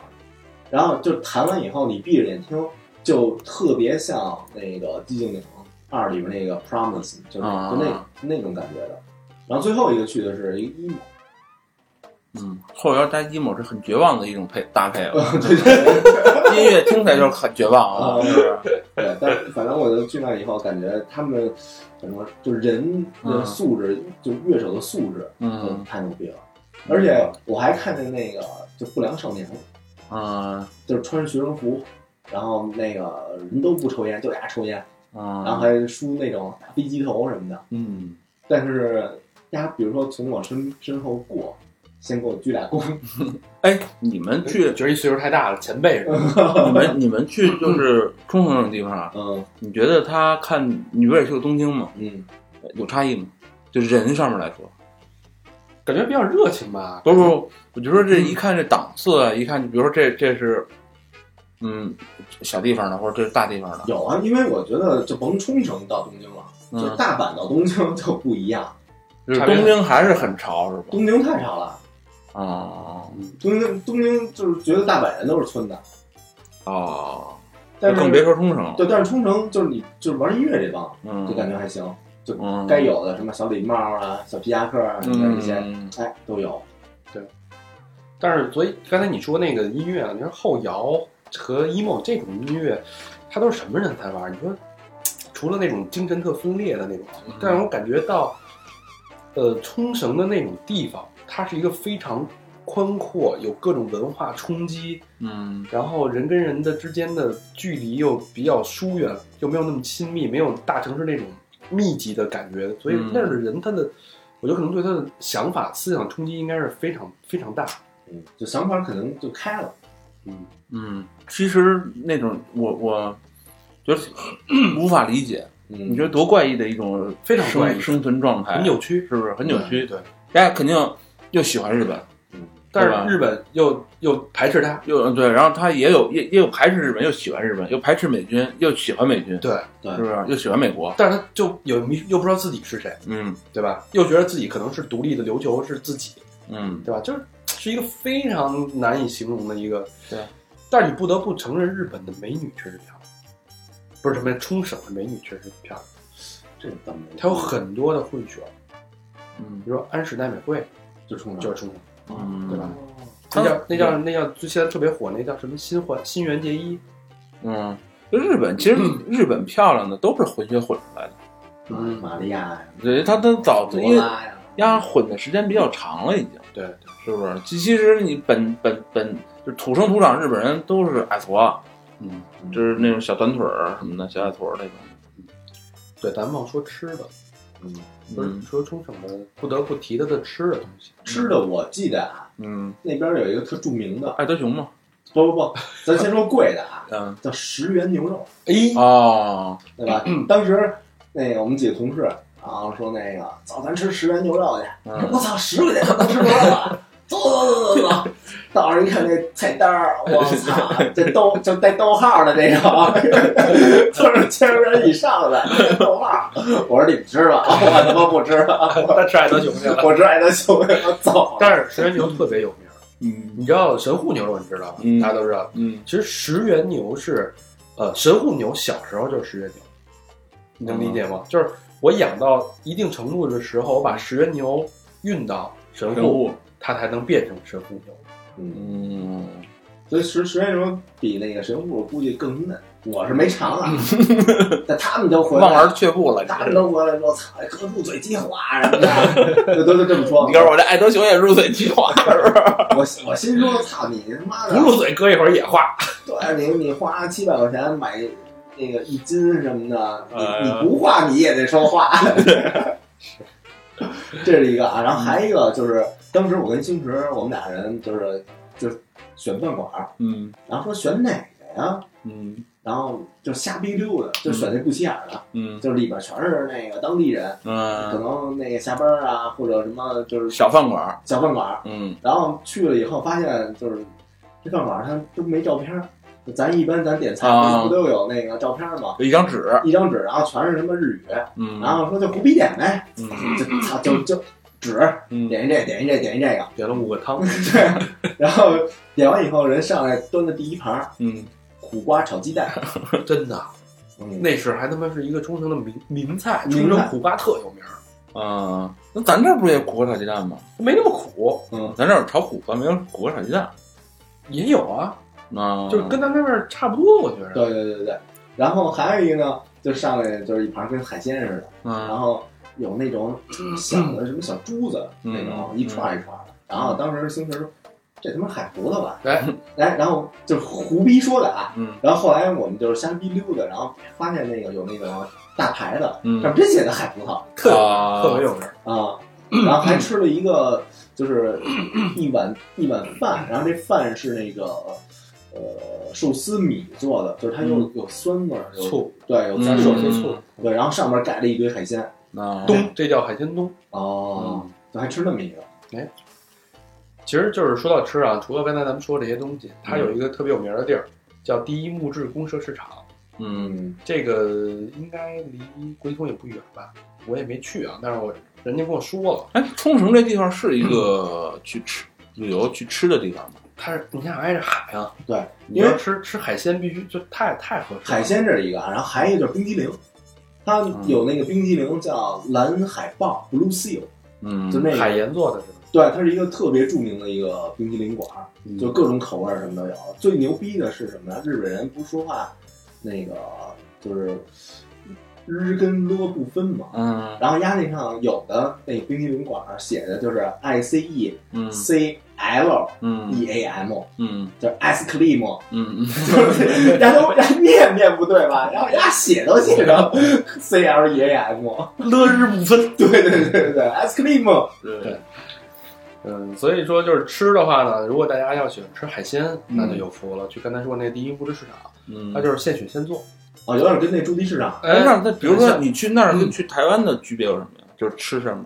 然后就弹完以后你闭着眼听，就特别像那个《寂静岭二》里边那个 Promise，就是
啊
就那那种感觉的。然后最后一个去的是一 一
嗯，后摇加 emo 是很绝望的一种配搭配了。
对对对。
音乐听起来就是很绝望啊，
啊
是不是？
对，但是反正我就去那以后，感觉他们怎么说，就人的素质，就乐手的素质，
嗯
太牛逼了。而且我还看见那个就不良少年了，
嗯
就是穿着学生服，然后那个人都不抽烟，就俩抽烟，然后
嗯
还梳那种大飞机头什么的。
嗯，
但是丫比如说从我身身后过，先给我鞠俩躬，
哎，你们去
觉得一岁数太大了，前辈是 吧？
你们你们去就是冲绳那种地方啊，
嗯
你觉得他看你不是也去过东京吗？
嗯，
有差异吗？就人上面来说，
感觉比较热情吧。
不是不是，我就说这一看这档次啊，一看，比如说这这是，嗯，小地方的，或者这是大地方的，
有啊，因为我觉得就甭冲绳到东京了，就
嗯，
大阪到东京 就不一样，
就是
差别
东京还是很潮，是吧？
东京太潮了。
啊
东京东京就是觉得大阪人都是村的，
哦，
但
就是更别说冲绳了，
对，但是冲绳就是你就是玩音乐这帮
嗯，
就感觉还行，
嗯
该有的什么小礼帽啊、小皮夹克啊什么的这些，
嗯
哎都有。
但是，所以刚才你说那个音乐啊，你说后摇和 emo 这种音乐，它都是什么人才玩？你说，除了那种精神特分裂的那种，但是我感觉到，呃，冲绳的那种地方，它是一个非常宽阔，有各种文化冲击，
嗯
然后人跟人的之间的距离又比较疏远，又没有那么亲密，没有大城市那种密集的感觉，所以
嗯
那儿的人他的，我觉得可能对他的想法、思想冲击应该是非常非常大。
嗯，就想法可能就开了。
嗯，其实那种我我觉得 无法理解，
嗯，
你觉得多怪异的一种
非常怪异
生生存状态，
很扭曲，
是不是很扭曲？
对，
大家肯定又喜欢日本，
但
对吧
是日本又又排斥他，
又对，然后他也有也也有排斥日本，又喜欢日本，又排斥美军，又喜欢美军，
对，
对
是不是？又喜欢美国，
但是他就有迷，又不知道自己是谁，
嗯
对吧？又觉得自己可能是独立的琉球是自己，
嗯，
对吧？就是是一个非常难以形容的一个。
对。
但是你不得不承认，日本的美女确实漂亮，不是什么冲绳的美女确实漂亮，
这个倒没有，
它有很多的混血，
嗯
比如说安室奈美惠
就冲
就是
上，
冲绳，
嗯，
对吧？
嗯
那叫那叫那叫，就现在特别火那叫什么新环新垣结衣，
嗯，就日本 其实日本漂亮的都是混血混出来的，
嗯，玛利亚呀，
对，他他早就
朵
因为
拉呀，
丫混的时间比较长了，已经
对，
是不是？其其实你本本本就是土生土长日本人都是矮矬，
嗯，
就是那种小短腿儿什么的，小矮矬儿那种。
对，咱们忘说吃的，
嗯，
说
嗯
说冲绳的，不得不提它的吃的东西，
吃的我记得啊，
嗯，
那边有一个特著名的，
爱德熊嘛，
不不不，咱先说贵的啊，
嗯，
叫十元牛肉，
哎，
哦，
对 吧？当时那个我们几个同事啊说那个，走，咱吃十元牛肉去。
嗯
我操，十块钱能吃多少啊？走走走走走，到时候一看那菜单儿，我操， 这逗就带逗号的这个 啊，就是千元以上的带逗号。我说你们吃吧，我他妈不吃了，
他吃爱德熊去了。
我吃哎爱德熊，我走 了。
但是石原牛特别有名，
嗯
你知道神户牛肉你知道吧？
嗯
大家都知道，
嗯，
其实石原牛是，呃，神户牛小时候就是石原牛，你能理解吗？就是我养到一定程度的时候，我把石原牛运到神
神
户，
户，
它才能变成神户牛。
嗯，
嗯，
所以十十元牛比那个神户估计更嫩，我是没尝啊，但他们都回来
望而却步了。
他们都回来说：“操，哥入嘴即化啊什么的，就都是这么说。
你告诉我，这爱德熊也入嘴计划是不是？
我心我心说：“操你他妈的
不！”入嘴，搁一会儿也化。
对，啊你你花七百块钱买那个一斤什么的，你
呃
你不画你也得说画。这是一个啊，然后还有一个就是，当时我跟星驰，我们俩人就是就是选饭馆儿，
嗯
然后说选哪个呀？
嗯
然后就瞎逼溜达，就选那不起眼儿的，
嗯
就是里边全是那个当地人，可
嗯，
能那个下班儿啊或者什么就是
小饭馆儿，
小饭馆儿，
嗯
然后去了以后发现就是这饭馆儿它都没照片儿，咱一般咱点菜
啊
不都有那个照片儿吗？
有一张纸，
一张纸，然后全是什么日语，
嗯，
然后说就胡逼点呗，
嗯
就操就就纸
嗯
点一这点一这点一这个，
点了五个汤，
然后点完以后人上来端的第一盘儿
嗯
苦瓜炒鸡蛋，
真的，
嗯，
那是还他妈是一个冲绳的名名菜，
名菜
冲绳苦瓜特有名，
啊，那咱这儿不是也苦瓜炒鸡蛋吗？
没那么苦，
咱这儿有炒苦瓜，没有苦瓜炒鸡蛋
也有啊，
啊，
就是跟咱那边差不多，我觉得。
对对对对对，然后还有一个呢，就上来就是一盘儿跟海鲜似的，然
啊
嗯
后有那种小的什么小珠子
嗯
那种一串一串的。然后当时星驰说：“这他妈海葡萄吧
来，？”
哎，然后就胡逼说的啊。
嗯
然后后来我们就是瞎逼溜达，然后发现那个有那个大牌子，
嗯
上面真写的海葡萄
特有
啊
特别有名。
啊。然后还吃了一个，就是一碗一碗饭，然后这饭是那个呃寿司米做的，就是它有有酸味儿，有
醋，
对，有加
嗯
寿
寿
司
司
醋，对，然后上面盖了一堆海鲜。
啊，
冬，这叫海鲜冬。
哦，就还吃那么一个，
其实就是说到吃啊，除了刚才咱们说这些东西，它有一个特别有名的地儿，叫第一木质公社市场。
嗯
嗯，
这个应该离龟通也不远吧？我也没去啊，但是我人家跟我说了，
哎，冲绳这地方是一 个去吃旅游去吃的地方吗？
它是你想挨着海啊，
对，
你要吃吃海鲜必须就太太合适了。
海鲜这是一个啊，然后还有一个叫冰激凌，它有那个冰激凌叫蓝海豹 （Blue Seal），
嗯
就那
海
个
盐做的是吧？
对，它是一个特别著名的一个冰淇淋馆儿，
嗯
就各种口味儿什么都有。最牛逼的是什么呀？日本人不说话，那个就是日跟勒不分嘛。
嗯
然后压那上有的那冰淇淋馆儿写的就是 I C E
嗯
C L
嗯
E A M，
嗯
就是 ice cream，
嗯
就是然后然后念念不对吧？然后人家写都 写成 C L E A M，
嗯，乐日不分。
对对对对对，ice cream，哦
对，
嗯，所以说就是吃的话呢，如果大家要喜欢吃海鲜，那就
嗯
有福了。去刚才说那第一物质市场，
嗯，
它就是现选现做。
哦，有点跟那猪蹄市场
哎，
哎
那那比如说
像
你去那儿
嗯
跟去台湾的区别有什么呀？就是吃什么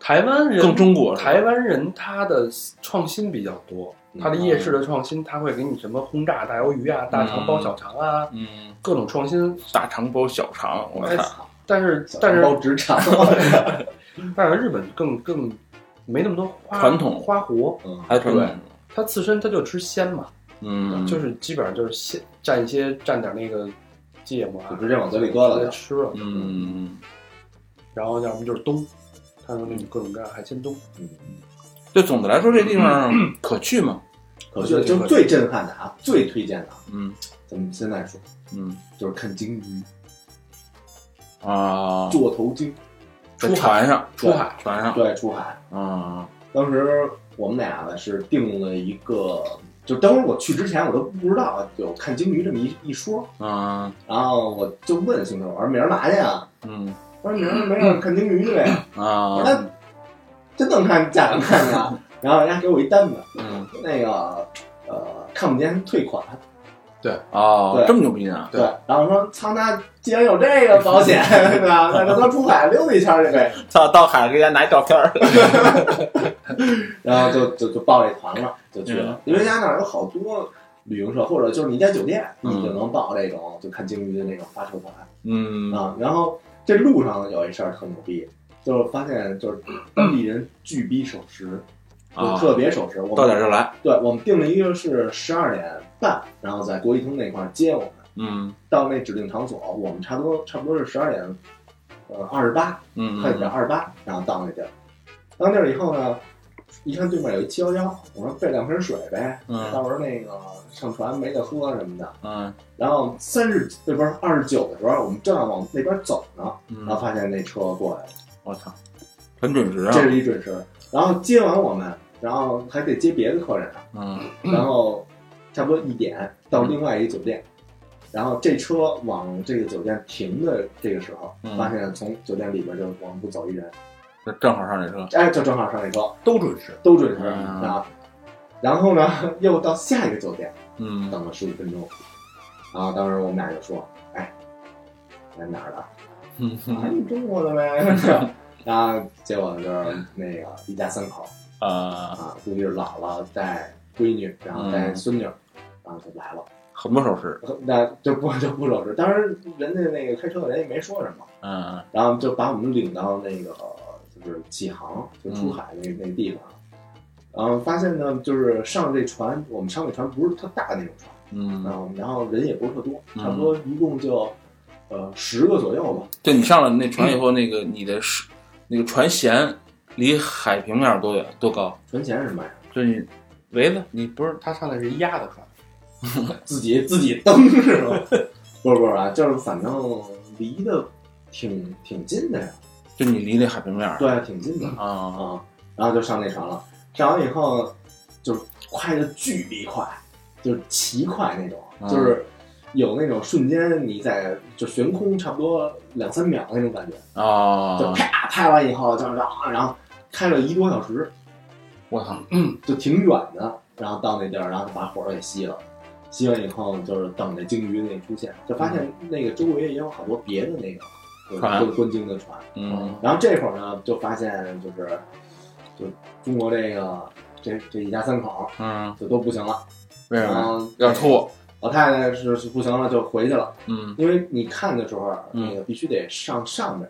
台湾人
更中国是吧
台湾人他的创新比较多，
嗯
他的夜市的创新，他会给你什么轰炸大鱿鱼啊、大肠包小肠啊，
嗯，
各种创新。
大肠包小肠，我
哎
操，
但是但是
包职 场，
但是日本更更没那么多花
传统
花活，
嗯，
还传
对
统，
它刺身它就吃鲜嘛，
嗯，
就是基本上就是鲜蘸一些蘸点那个芥末
就
啊，
直接往嘴里搁了
直接
就。
吃了，
嗯，
然后要么就是冬，它有那种各种各样的海鲜冬。
就总的来说这地
嗯
方可去吗？
我觉得就最震撼的啊，最推荐的啊，
嗯
咱们现在说
嗯
就是看鲸鱼，
啊，
座头鲸，
在
出海
船上，
对
出海船上，
对，出海。
啊，
当时我们俩呢是定了一个，就当时我去之前我都不知道啊有看鲸鱼这么一一说，
啊，
然后我就问星哥，我说明儿嘛去啊？
嗯
他说明儿没事儿看鲸鱼去 呗。我说
啊，
那真能看假能看呀？然后人家给我一单子，
嗯
那个呃看不见退款，
哦，
对
这么牛逼啊呢？
对，然后说操，那既然有这 个保险，对吧？那就多出海溜达一圈儿去呗。
操，到海给人家拿照片儿，
然后就就就报这团了，就去了。因为人家那儿有好多旅行社，或者就是你在酒店，
嗯
你就能报这种就看鲸鱼的那种发售团
嗯
啊。然后这路上有一事儿特牛逼，就是发现就是当地人巨逼守时，就
啊，
特别守时。我
到
们
点就来，
对，我们定了一个是十二点半，然后在国际通那块儿接我们。
嗯
到那指定场所，我们差不多差不多是十二点，呃二十八，
嗯，
快点二十八，然后到那地儿。到那儿以后呢，一看对面有一七幺幺，我说备两瓶水呗，
嗯
到时候那个上船没得喝什么的。
嗯
然后三十呃不是二十九的时候，我们正要往那边走呢，然后
嗯，
发现那车过来了，
我操，很准时啊
这，是一准时。然后接完我们，然后还得接别的客人呢，
嗯
然后差不多一点到另外一个酒店，然后这车往这个酒店停的这个时候，
嗯
发现从酒店里边就往出走一人，
这正好上这车，
哎，就正好上这车，
都准时，
都准时
嗯
啊。然后呢， 又到下一个酒店
嗯
等了十五分钟，然后当时我们俩就说：“哎，来哪儿的？
嗯
啊，你中国的呗。” 然后结果就是那个一家三口
啊，
啊，估计是姥姥带闺女，然
嗯
后带孙女，然后就来了。
很不守时，
那就不就不收拾。当时人家那个开车的人也没说什么，
嗯
然后就把我们领到那个就是启航，就出
嗯
海那、那地方。然后发现呢，就是上这船，我们上这船不是特大的那种船，
嗯，
然后然后人也不是特多，
嗯
差不多一共就呃十个左右吧。
对你上了那船以后，那个你的是那个船舷离海平面多远多高？
船前是什么呀？
就是你围子，你不是
他上的是一压的船，
自己自己蹬是吗？ 不是不是啊，就是反正离的挺挺近的呀，
就你离那海平面儿
对，挺近的。
啊，
啊，然后就上那船了。上完以后，就是快的巨逼快，就是奇快那种，
嗯
就是有那种瞬间你在就悬空差不多两三秒那种感觉，就
啊，
啪拍完以后，就是啊，然后开了一多小时，
我操，
就挺远的，然后到那地儿，然后就把火给熄了。熄完以后，就是等那鲸鱼那出现，就发现那个周围也有好多别的那个就是
船
观观鲸的船，啊
嗯
然后这会儿呢，就发现就是，就中国这个这这一家三口
嗯，
就都不行了，
为什
然
么？
后
要吐，
老太太是是不行了，就回去了。
嗯
因为你看的时候，
嗯
那个必须得上上面，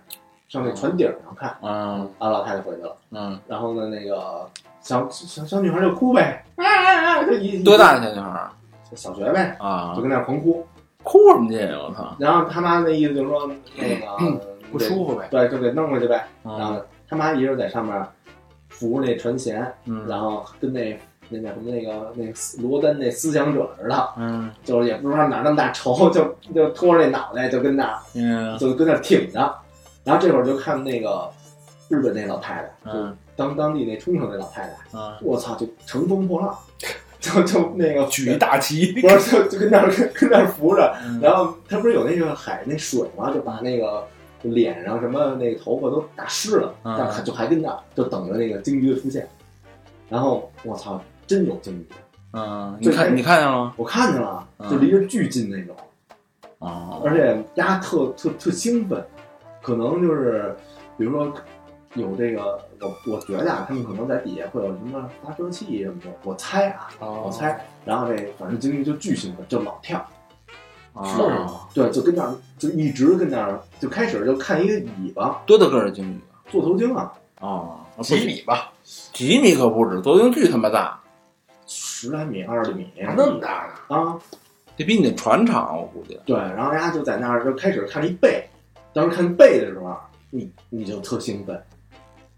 上那船顶上看。
嗯
啊，老太太回去了，
嗯，
然后呢，那个小小小女孩就哭呗，哎哎哎，就一
多大？的小女孩儿
小学呗，
啊
就？跟那儿狂哭。
哭什么劲呀？啊我操！
然后他妈那意思就是说，那个
不舒服呗。
对，就给弄回去呗。然
嗯
后他妈一人在上面扶着那船舷，
嗯
然后跟那那叫什么那个那个罗丹那思想者似的，
嗯
就是也不知道哪儿那么大仇，就就拖着那脑袋就跟那儿
嗯
就跟那儿挺着，然后这会儿就看那个日本那老太太，就
嗯
当当地那冲绳那老太太，
嗯，
我操，就乘风破浪，就就那个
举一大旗，
不是就就跟那儿跟跟那儿扶着，
嗯
然后他不是有那个海那水吗？就把那个脸上什么那个头发都打湿了，
嗯
但还就还跟那儿就等着那个鲸鱼的出现。然后我操，真有鲸鱼，
嗯，你看你看见了吗？
我看见了，
嗯
就离着巨近那种，
啊，
而且丫特特特兴奋，可能就是比如说。有这个，我我觉得啊，他们可能在底下会有什么发射器什么的，我猜啊，我
我
猜。然后这反正鲸鱼就巨兴奋，就老跳，
啊
啊
是吗？
对，就跟那儿就一直跟那儿，就开始就看一个尾巴
多大个儿的鲸鱼
做头鲸啊，
啊？不
几
是
米吧，
几米可不止，多鲸巨他妈大，
十来米、二十米
那么大呢？
啊。
得比你那船长，我估计。
对，然后人家就在那儿就开始看一背，当时看背的时候，啊你你就特兴奋，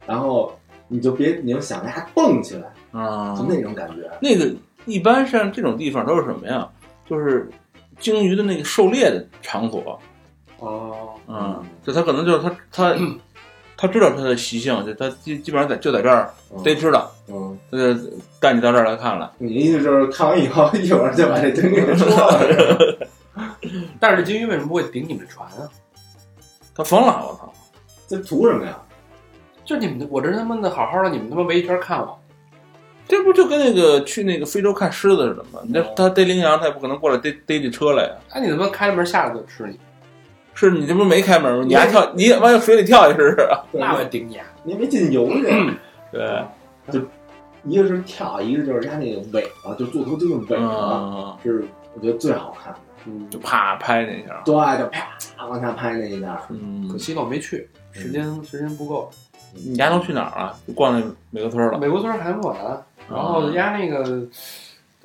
然后你就别你就想着它蹦起来，
啊
就那种感觉。
那个一般像这种地方都是什么呀？就是鲸鱼的那个狩猎的场所，
哦，
嗯，就它可能就是它它它知道它的习性，就它基基本上在就在这儿
嗯
逮知道，
嗯，
它就带你到这儿来看来。
你意思就是看完以后 一会儿就把这鲸鱼给捉了是吧？
但是鲸鱼为什么会顶你们船啊？
它疯了，我操！
这图什么呀？
就你们，我这他妈的好好的，你们他妈围一圈看我，
这不就跟那个去那个非洲看狮子似的吗？你这它逮羚羊，它也不可能过来逮逮这车来呀。
哎，你他妈开了门下来就吃你，是
是你这不是没开门吗？你还跳，你往水里跳去试试？
对
那我也顶你啊！
你还没 进油去。
对，
一个是跳，一个就是人家那个尾巴，就做头鲸的尾巴，
嗯，
是我觉得最好看的。
嗯
就，啪拍那一下。
对，就啪往下拍那一下，
嗯
可，惜了，我没去，
嗯
时间时间不够。
你丫都去哪儿了？逛那美国村了。
美国村海洋馆，然后人家那个，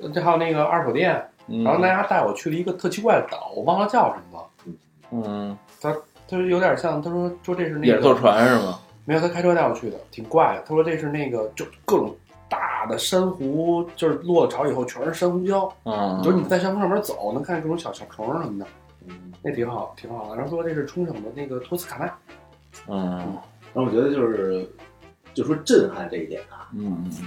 呃这还有那个二手店，
嗯，
然后大家带我去了一个特奇怪的岛，我忘了叫什么了。
嗯，
他说有点像，他说说这是那
也是坐
个，
船是吗？
没有他开车带我去的，挺怪的。他说这是那个，就各种大的珊瑚，就是落了潮以后全是珊瑚礁，
嗯，
就是你在珊瑚上面走，能看见各种小小虫儿什么的，
嗯，
那挺好，挺好的。然后说这是冲绳的那个托斯卡纳，
嗯
然后我觉得就是，就说震撼这一点啊，
嗯嗯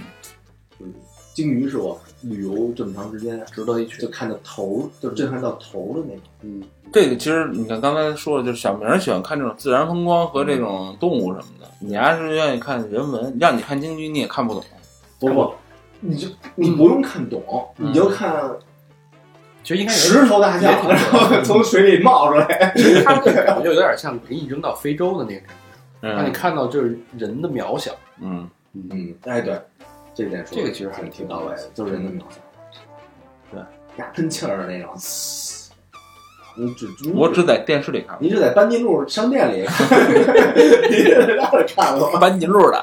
嗯，鲸鱼是我旅游这么长时间
值得一
就
去。
看到头，就震撼到头的那种，
嗯，
这个其实你看刚才说了，就是小明儿喜欢看这种自然风光和这种动物什么的，你还是愿意看人文，让你看鲸鱼你也看不懂。
不不，你就你不用看懂，
嗯
你就看
其实应该有点
石头大象
也挺，
然
嗯
后从水里冒出来，
其实他这个岛就有点像给你扔到非洲的那个感觉，让你
嗯
看到就是人的渺小。
嗯，
嗯，哎对，这点说
这个其实还是
挺到位的，嗯就是人的描写，
对，
呀喷气儿那种，你只
我只在电视里看过。
你是在班尼路商店里，你是在那儿看过吗？
班尼路的，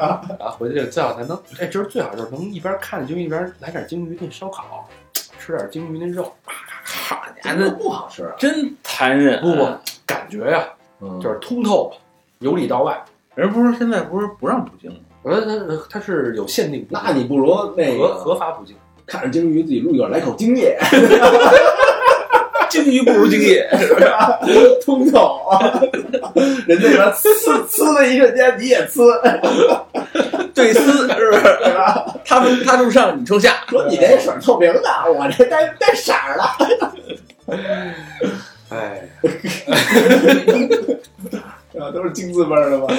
啊，回去最好咱能，哎，就是最好就是能一边看着鲸鱼一边来点鲸鱼那烧烤，吃点鲸鱼那肉，
好家
哎，
伙，
那
这
不好吃。
真残忍！
不不，感觉呀、
嗯
就是通透吧，由里到外。
人不是现在不是不让捕鲸吗？
我觉得它它是有限定捕鲸，
那你不如那
合
个
合法捕鲸，
看着鲸鱼自己录一段，来口精液，
鲸鱼不如鲸业，
通透 啊。人那边呲呲的一瞬间，你也呲，
对撕是不是？ 他们他冲上，你冲下。
说你这水儿透明的，我这带带色儿的。
哎，
啊，都是金字辈儿的吧？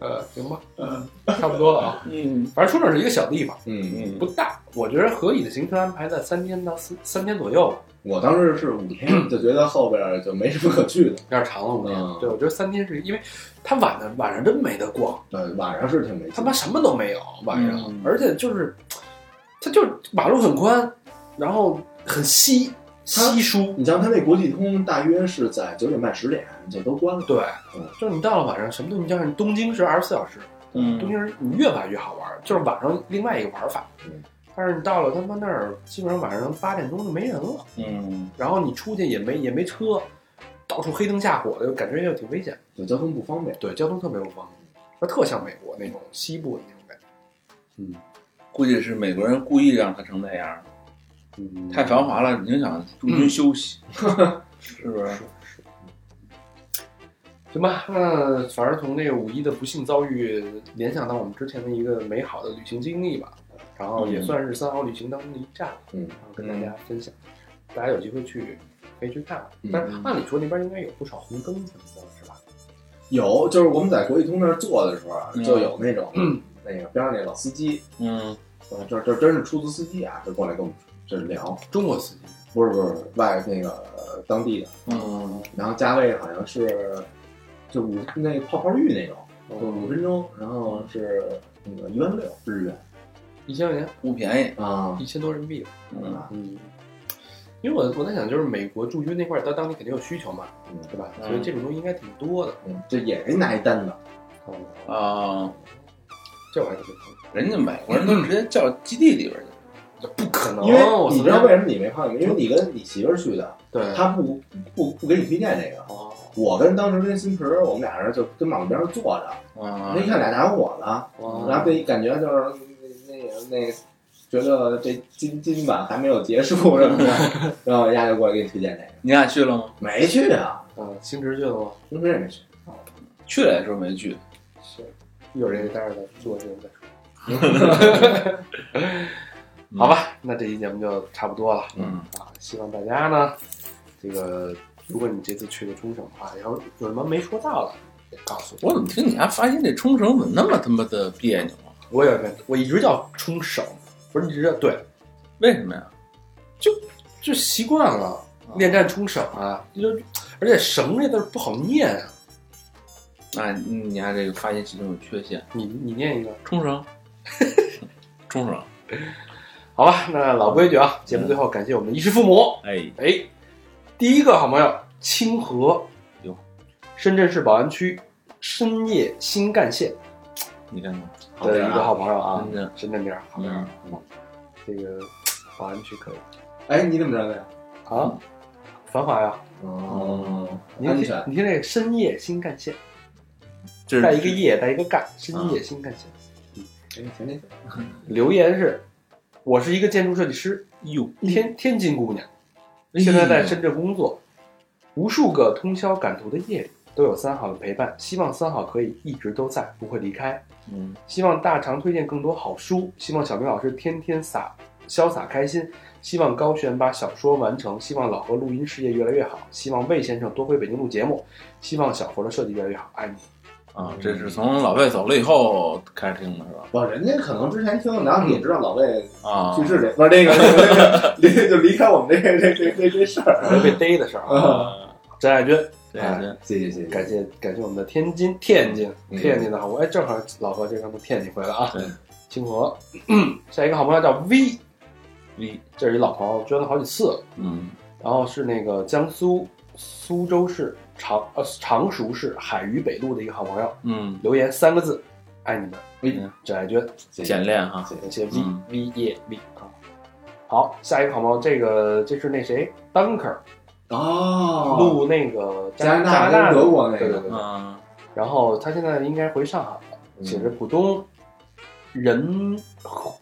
呃，行吧，嗯，差不多了啊。
嗯
反正冲绳是一个小地方，
嗯，
嗯
不大，我觉得合理的行程安排在三天到四三天左右，
我当时是五天，就觉得后边儿就没什么可去的。
有点长了五天。
嗯
对，我觉得三天是因为它晚的晚上真没得逛。
对，呃晚上是挺没劲。
他妈什么都没有晚上，
嗯
而且就是，它就是马路很宽，然后很稀稀疏，
你像他那国际通，大约是在九点半十点就都关了。
对
嗯，
就是你到了晚上什么都，你像东京是二十四小时，东
嗯，
京是你越晚越好玩，就是晚上另外一个玩法
嗯。
但是你到了他妈那儿，基本上晚上八点钟就没人了，
嗯，
然后你出去也没也没车，到处黑灯瞎火的，感觉又挺危险。
就交通不方便。
对，交通特别不方便。它特像美国那种西部的那种感觉。
估计是美国人故意让它成那样，
嗯
太繁华了，影响驻
嗯
军休息， 是不是？
行吧，那嗯反正从这个五一的不幸遭遇联想到我们之前的一个美好的旅行经历吧，然后也
嗯
算是三好旅行当中的一站，
嗯
然后跟大家分享，大家有机会去可以去看看。
嗯
但是按理说那边应该有不少红灯什么的，是吧？
有，就是我们在国际通那儿坐的时候啊，
嗯
就有那种、那个边上那老司机，
嗯，
啊，这这真是出租司机啊，就过来跟我们就是聊，
中国司机
不是不是外那个呃当地的，
嗯，
然后价位好像是就五那泡泡浴那种，
哦
就五分钟，然后是那个一万六日元
一千块钱，
不便宜，
啊，
一千多人民币吧。
嗯，
嗯，因为我我在想，就是美国驻军那块儿，到当地肯定有需求嘛，
嗯
对吧？
嗯
所以这种东西应该挺多的。
嗯，就也给你拿一单子，
哦
啊，
这我还真没碰
人家美国人都直接叫基地里边去，
见，不可能
因为
我
你知道为什么你没看见？因为你跟你媳妇儿去的，
对，
她不不不给你推荐这个。
哦，
我跟当时跟新池，我们俩人就跟马路边上坐着，
啊
那一看俩大小伙
啊
子，然
哇
后这感觉就是那那那，觉得这今今晚还没有结束什么的，然后人家就过来给你推荐这个，
你俩去了吗？
没去啊，
嗯，新职去了吗？
当时也没去，
去了也说没去，
是，一会儿这个待会儿再做这个再说。
嗯
好，吧，那这期节目就差不多了
嗯，
啊！希望大家呢，这个如果你这次去了冲绳的话，然后有什么没说到的，也告诉我。
我怎么听你还发现这冲绳怎么那么他妈的别扭啊？
我也没，我一直叫冲绳，不是一直叫对，
为什么呀？
就习惯了恋战冲绳啊，就而且绳这字儿不好念啊。
那啊你还这个发现其中有缺陷，
你你念一个，
冲绳， 冲绳，
好吧？那老规矩啊，节目最后感谢我们的衣食父母。
哎，
哎，第一个好朋友清河，
哟，
深圳市宝安区深夜新干线
你看看，
的一个好朋友啊
真的，
深圳这儿好朋友
嗯，
这个宝安区可以
哎，你怎么知道的呀？
啊，繁华呀！
嗯
哦，
你
安
听
全，
你听这个深夜新干线，
这
带一
是
个夜，带一个干，深夜新干线。
行行行，
留言是：我是一个建筑设计师，
哟，
天天津姑娘，
哎
现在在
呦
深圳工作，无数个通宵赶图的夜里都有三好的陪伴，希望三好可以一直都在，不会离开。
嗯，
希望大肠推荐更多好书，希望小明老师天天洒潇洒开心，希望高璇把小说完成，希望老何录音事业越来越好，希望魏先生多回北京录节目，希望小何的设计越来越好， 爱你。
啊，这是从老魏走了以后开始听的是吧？
不，人家可能之前听，然后你也知道老魏
啊，
去世这，不是这个这个离就离开我们这个这这这这事儿，啊
我被逮的事儿啊！
啊，
真爱君，
对对，
谢谢谢谢，
感谢感谢我们的天津天津
嗯
天津的好朋友，哎，正好老何这刚从天津回来啊
对，
清河， 下一个好朋友叫 V，
V，
这是一老朋友，捐了好几次了。
嗯
然后是那个江苏苏州市常呃常熟市海虞北路的一个好朋友
嗯，
留言三个字：爱你们，
嗯
真爱娟，
谢谢
简练哈，
感谢 V
嗯
V 耶 V 啊。好，下一个好朋友，这个这是那谁 Dunker
哦，
录那个
加拿
加
大
拿大
跟德国
的
那
对对
个，
对。
嗯，
然后他现在应该回上海了，写着浦东仁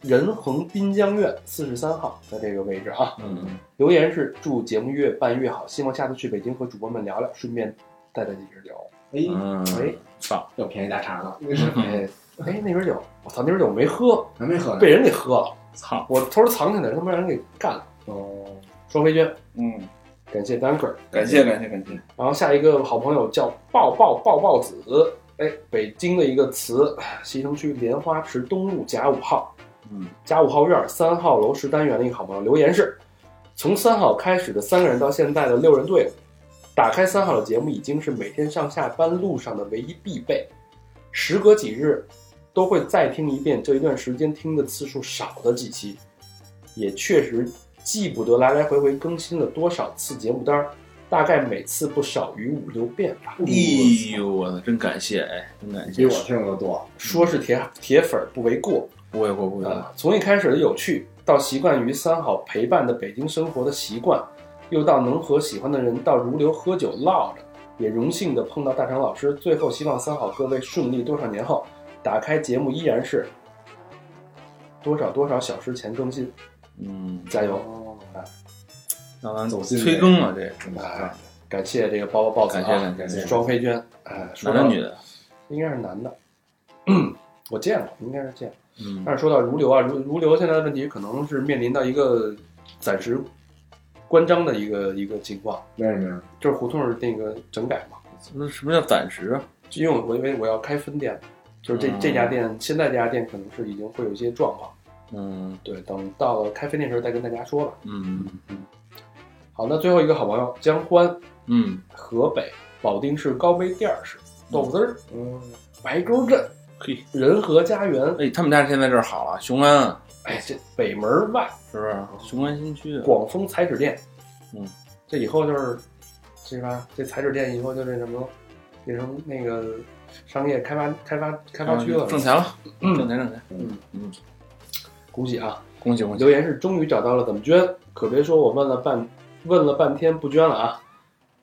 仁恒滨江苑四十三号的这个位置啊。
嗯，
留言是祝节目越办越好，希望下次去北京和主播们聊聊，顺便带带几人聊。
哎，
嗯，
哎
棒，
又便宜大肠了，
哎哎，那瓶酒，我操，那瓶酒没喝，
还没喝呢
被，人给喝了，
操，
我偷着藏起来，他妈让人给干了。
哦，
双飞娟，
嗯，
感谢单个儿。
感谢感谢感谢，
然后下一个好朋友叫抱抱抱抱子，哎，北京的一个词，西城区莲花池东路甲五号。
嗯，
家五号院三号楼十单元的一个好朋友留言是：从三号开始的三个人到现在的六人队伍，打开三号的节目已经是每天上下班路上的唯一必备。时隔几日，都会再听一遍这一段时间听的次数少的几期，也确实记不得来来回回更新了多少次节目单儿，大概每次不少于五六遍吧。
哎呦我操，真感谢哎，真感
比
谢
我，听的都多，
说是铁铁粉儿不为过，
不会不会不会，
呃，从一开始的有趣，到习惯于三好陪伴的北京生活的习惯，又到能和喜欢的人到如流喝酒唠着，也荣幸的碰到大成老师。最后，希望三好各位顺利。多少年后打开节目依然是多少多少小时前更新，
嗯，
加油！
哦
让咱
走心
催更了这个，
啊
哎，感谢这个包包豹子啊，
感谢感谢感谢
双飞娟，哎，说
男
到
的女的，
应该是男的， 我见过，应该是见过。
嗯，
但是说到如流啊，如如流现在的问题可能是面临到一个暂时关张的一个一个情况，
为什么呀？
就是胡同儿那个整改嘛。
那什么叫暂时啊？
因为我我因为我要开分店，就是这
嗯
这家店现在这家店可能是已经会有一些状况，
嗯
对，等到了开分店的时候再跟大家说吧。
嗯
好，那最后一个好朋友江欢，
嗯，
河北保定市高碑店儿市豆腐丝儿
嗯，
白沟镇
嘿，
仁和家园，
哎，他们家现在这儿好了，雄安啊
哎，这北门外
是不是？雄安新区，
广丰彩纸店，
嗯，
这以后就是，是吧？这彩纸店以后就那什么，变成那个商业开发开发开发区了。
嗯
嗯
挣钱了，嗯挣钱挣钱，
恭喜啊！
恭喜恭喜！
留言是终于找到了，怎么捐？可别说我问了半问了半天不捐了啊！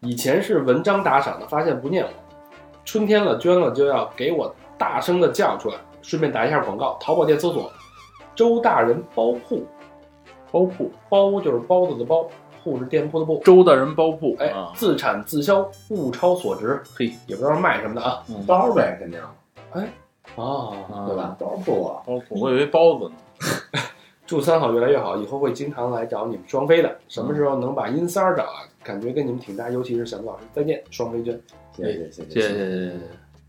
以前是文章打赏的，发现不念我。春天了，捐了就要给我大声的叫出来。顺便打一下广告，淘宝店搜索“周大人包铺”，包铺包就是包子的包，铺是店铺的铺。
周大人包铺，
哎
啊，
自产自销，物超所值，
嘿，
也不知道卖什么的啊。
嗯
包呗，肯定，
哦，
对吧？？包括我，
啊包铺，我以为包子呢。
祝三好越来越好，以后会经常来找你们双飞的。什
嗯
么时候能把音三儿找来？感觉跟你们挺搭，尤其是小明老师。再见，双飞娟。
谢谢谢
谢谢
谢。
谢谢，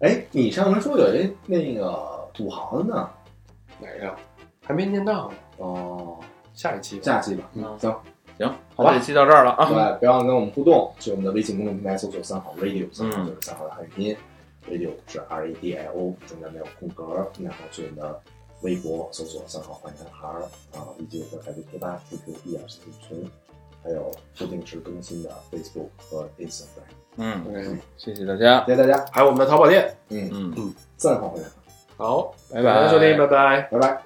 哎，你上回说有一那个土豪的呢？
哪个呀？还没念到呢，
哦，
下一期吧。
下期吧。
嗯
行，
行，
好吧
这期到这儿了啊。
对，不要跟我们互动，去我们的微信公众平台搜索“三好 radio”，三好
嗯
就是三好的汉语拼音，radio 是 R A D I O，中间没有空格。然后去我们的微博搜索“三好坏男孩儿”啊，以及我们的百度贴吧 QQ 一二四群，还有不定时更新的 Facebook 和 Instagram。
嗯，
嗯，
谢谢大家，
谢谢大家，
还有我们的淘宝店。
嗯，
嗯，
三好坏男孩儿，
好，
拜
感
拜，
谢收听，拜拜。
拜拜。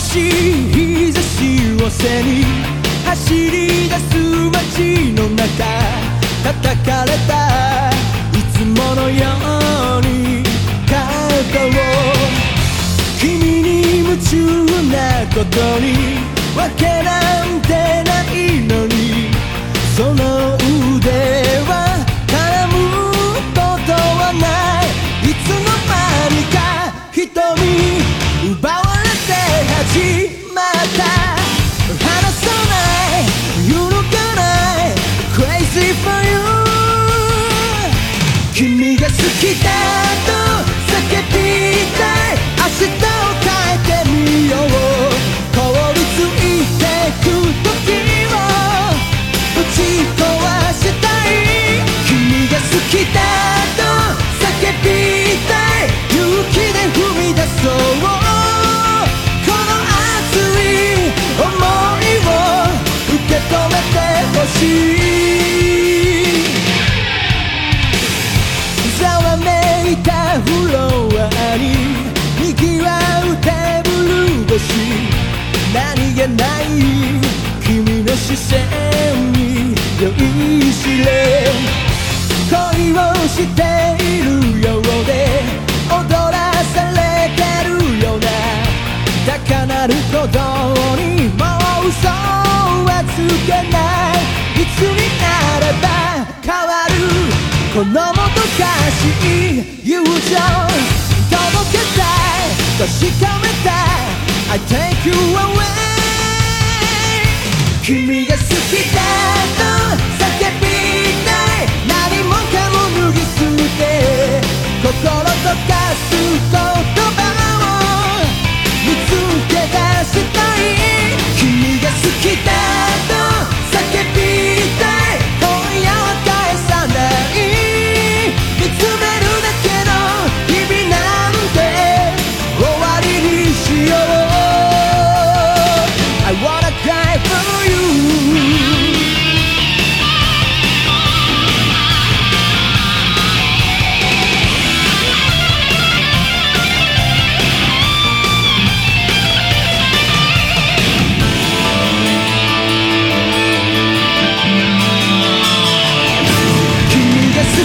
眩しい日差しを背に走り出す街の中叩かれたいつものように肩を君に夢中なことにわけなんてないのにその腕は絡むことはないいつの間にか瞳奪われて始まった離さない揺るがない Crazy for you 君が好きだと叫びたい明日を変えてみよう凍りついてく時を打ち壊したい君が好きだと叫びたい勇気で踏み出そうこの熱い想いを受け止めてほしいざわめいたフロアににぎわうテーブル越し何気ない君の視線に酔いしれ恋をしているようで踊らされてるような高鳴る鼓動にもう嘘はつけないいつになれば変わるこのもどかしい友情届けたい確かめたい I take you away 君が好きだと叫びたい何もかも脱ぎ捨て心溶かす言葉を見つけ出したい君が好きだと叫びたい今夜は返さない見つめるだけ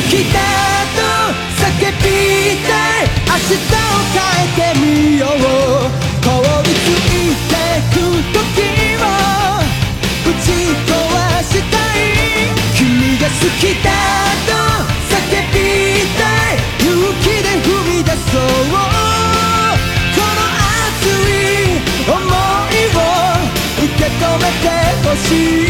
きだと叫びたい明日を変えてみよう凍りついてく時を打ち壊したい君が好きだと叫びたい勇気で踏み出そうこの熱い想いを受け止めてほしい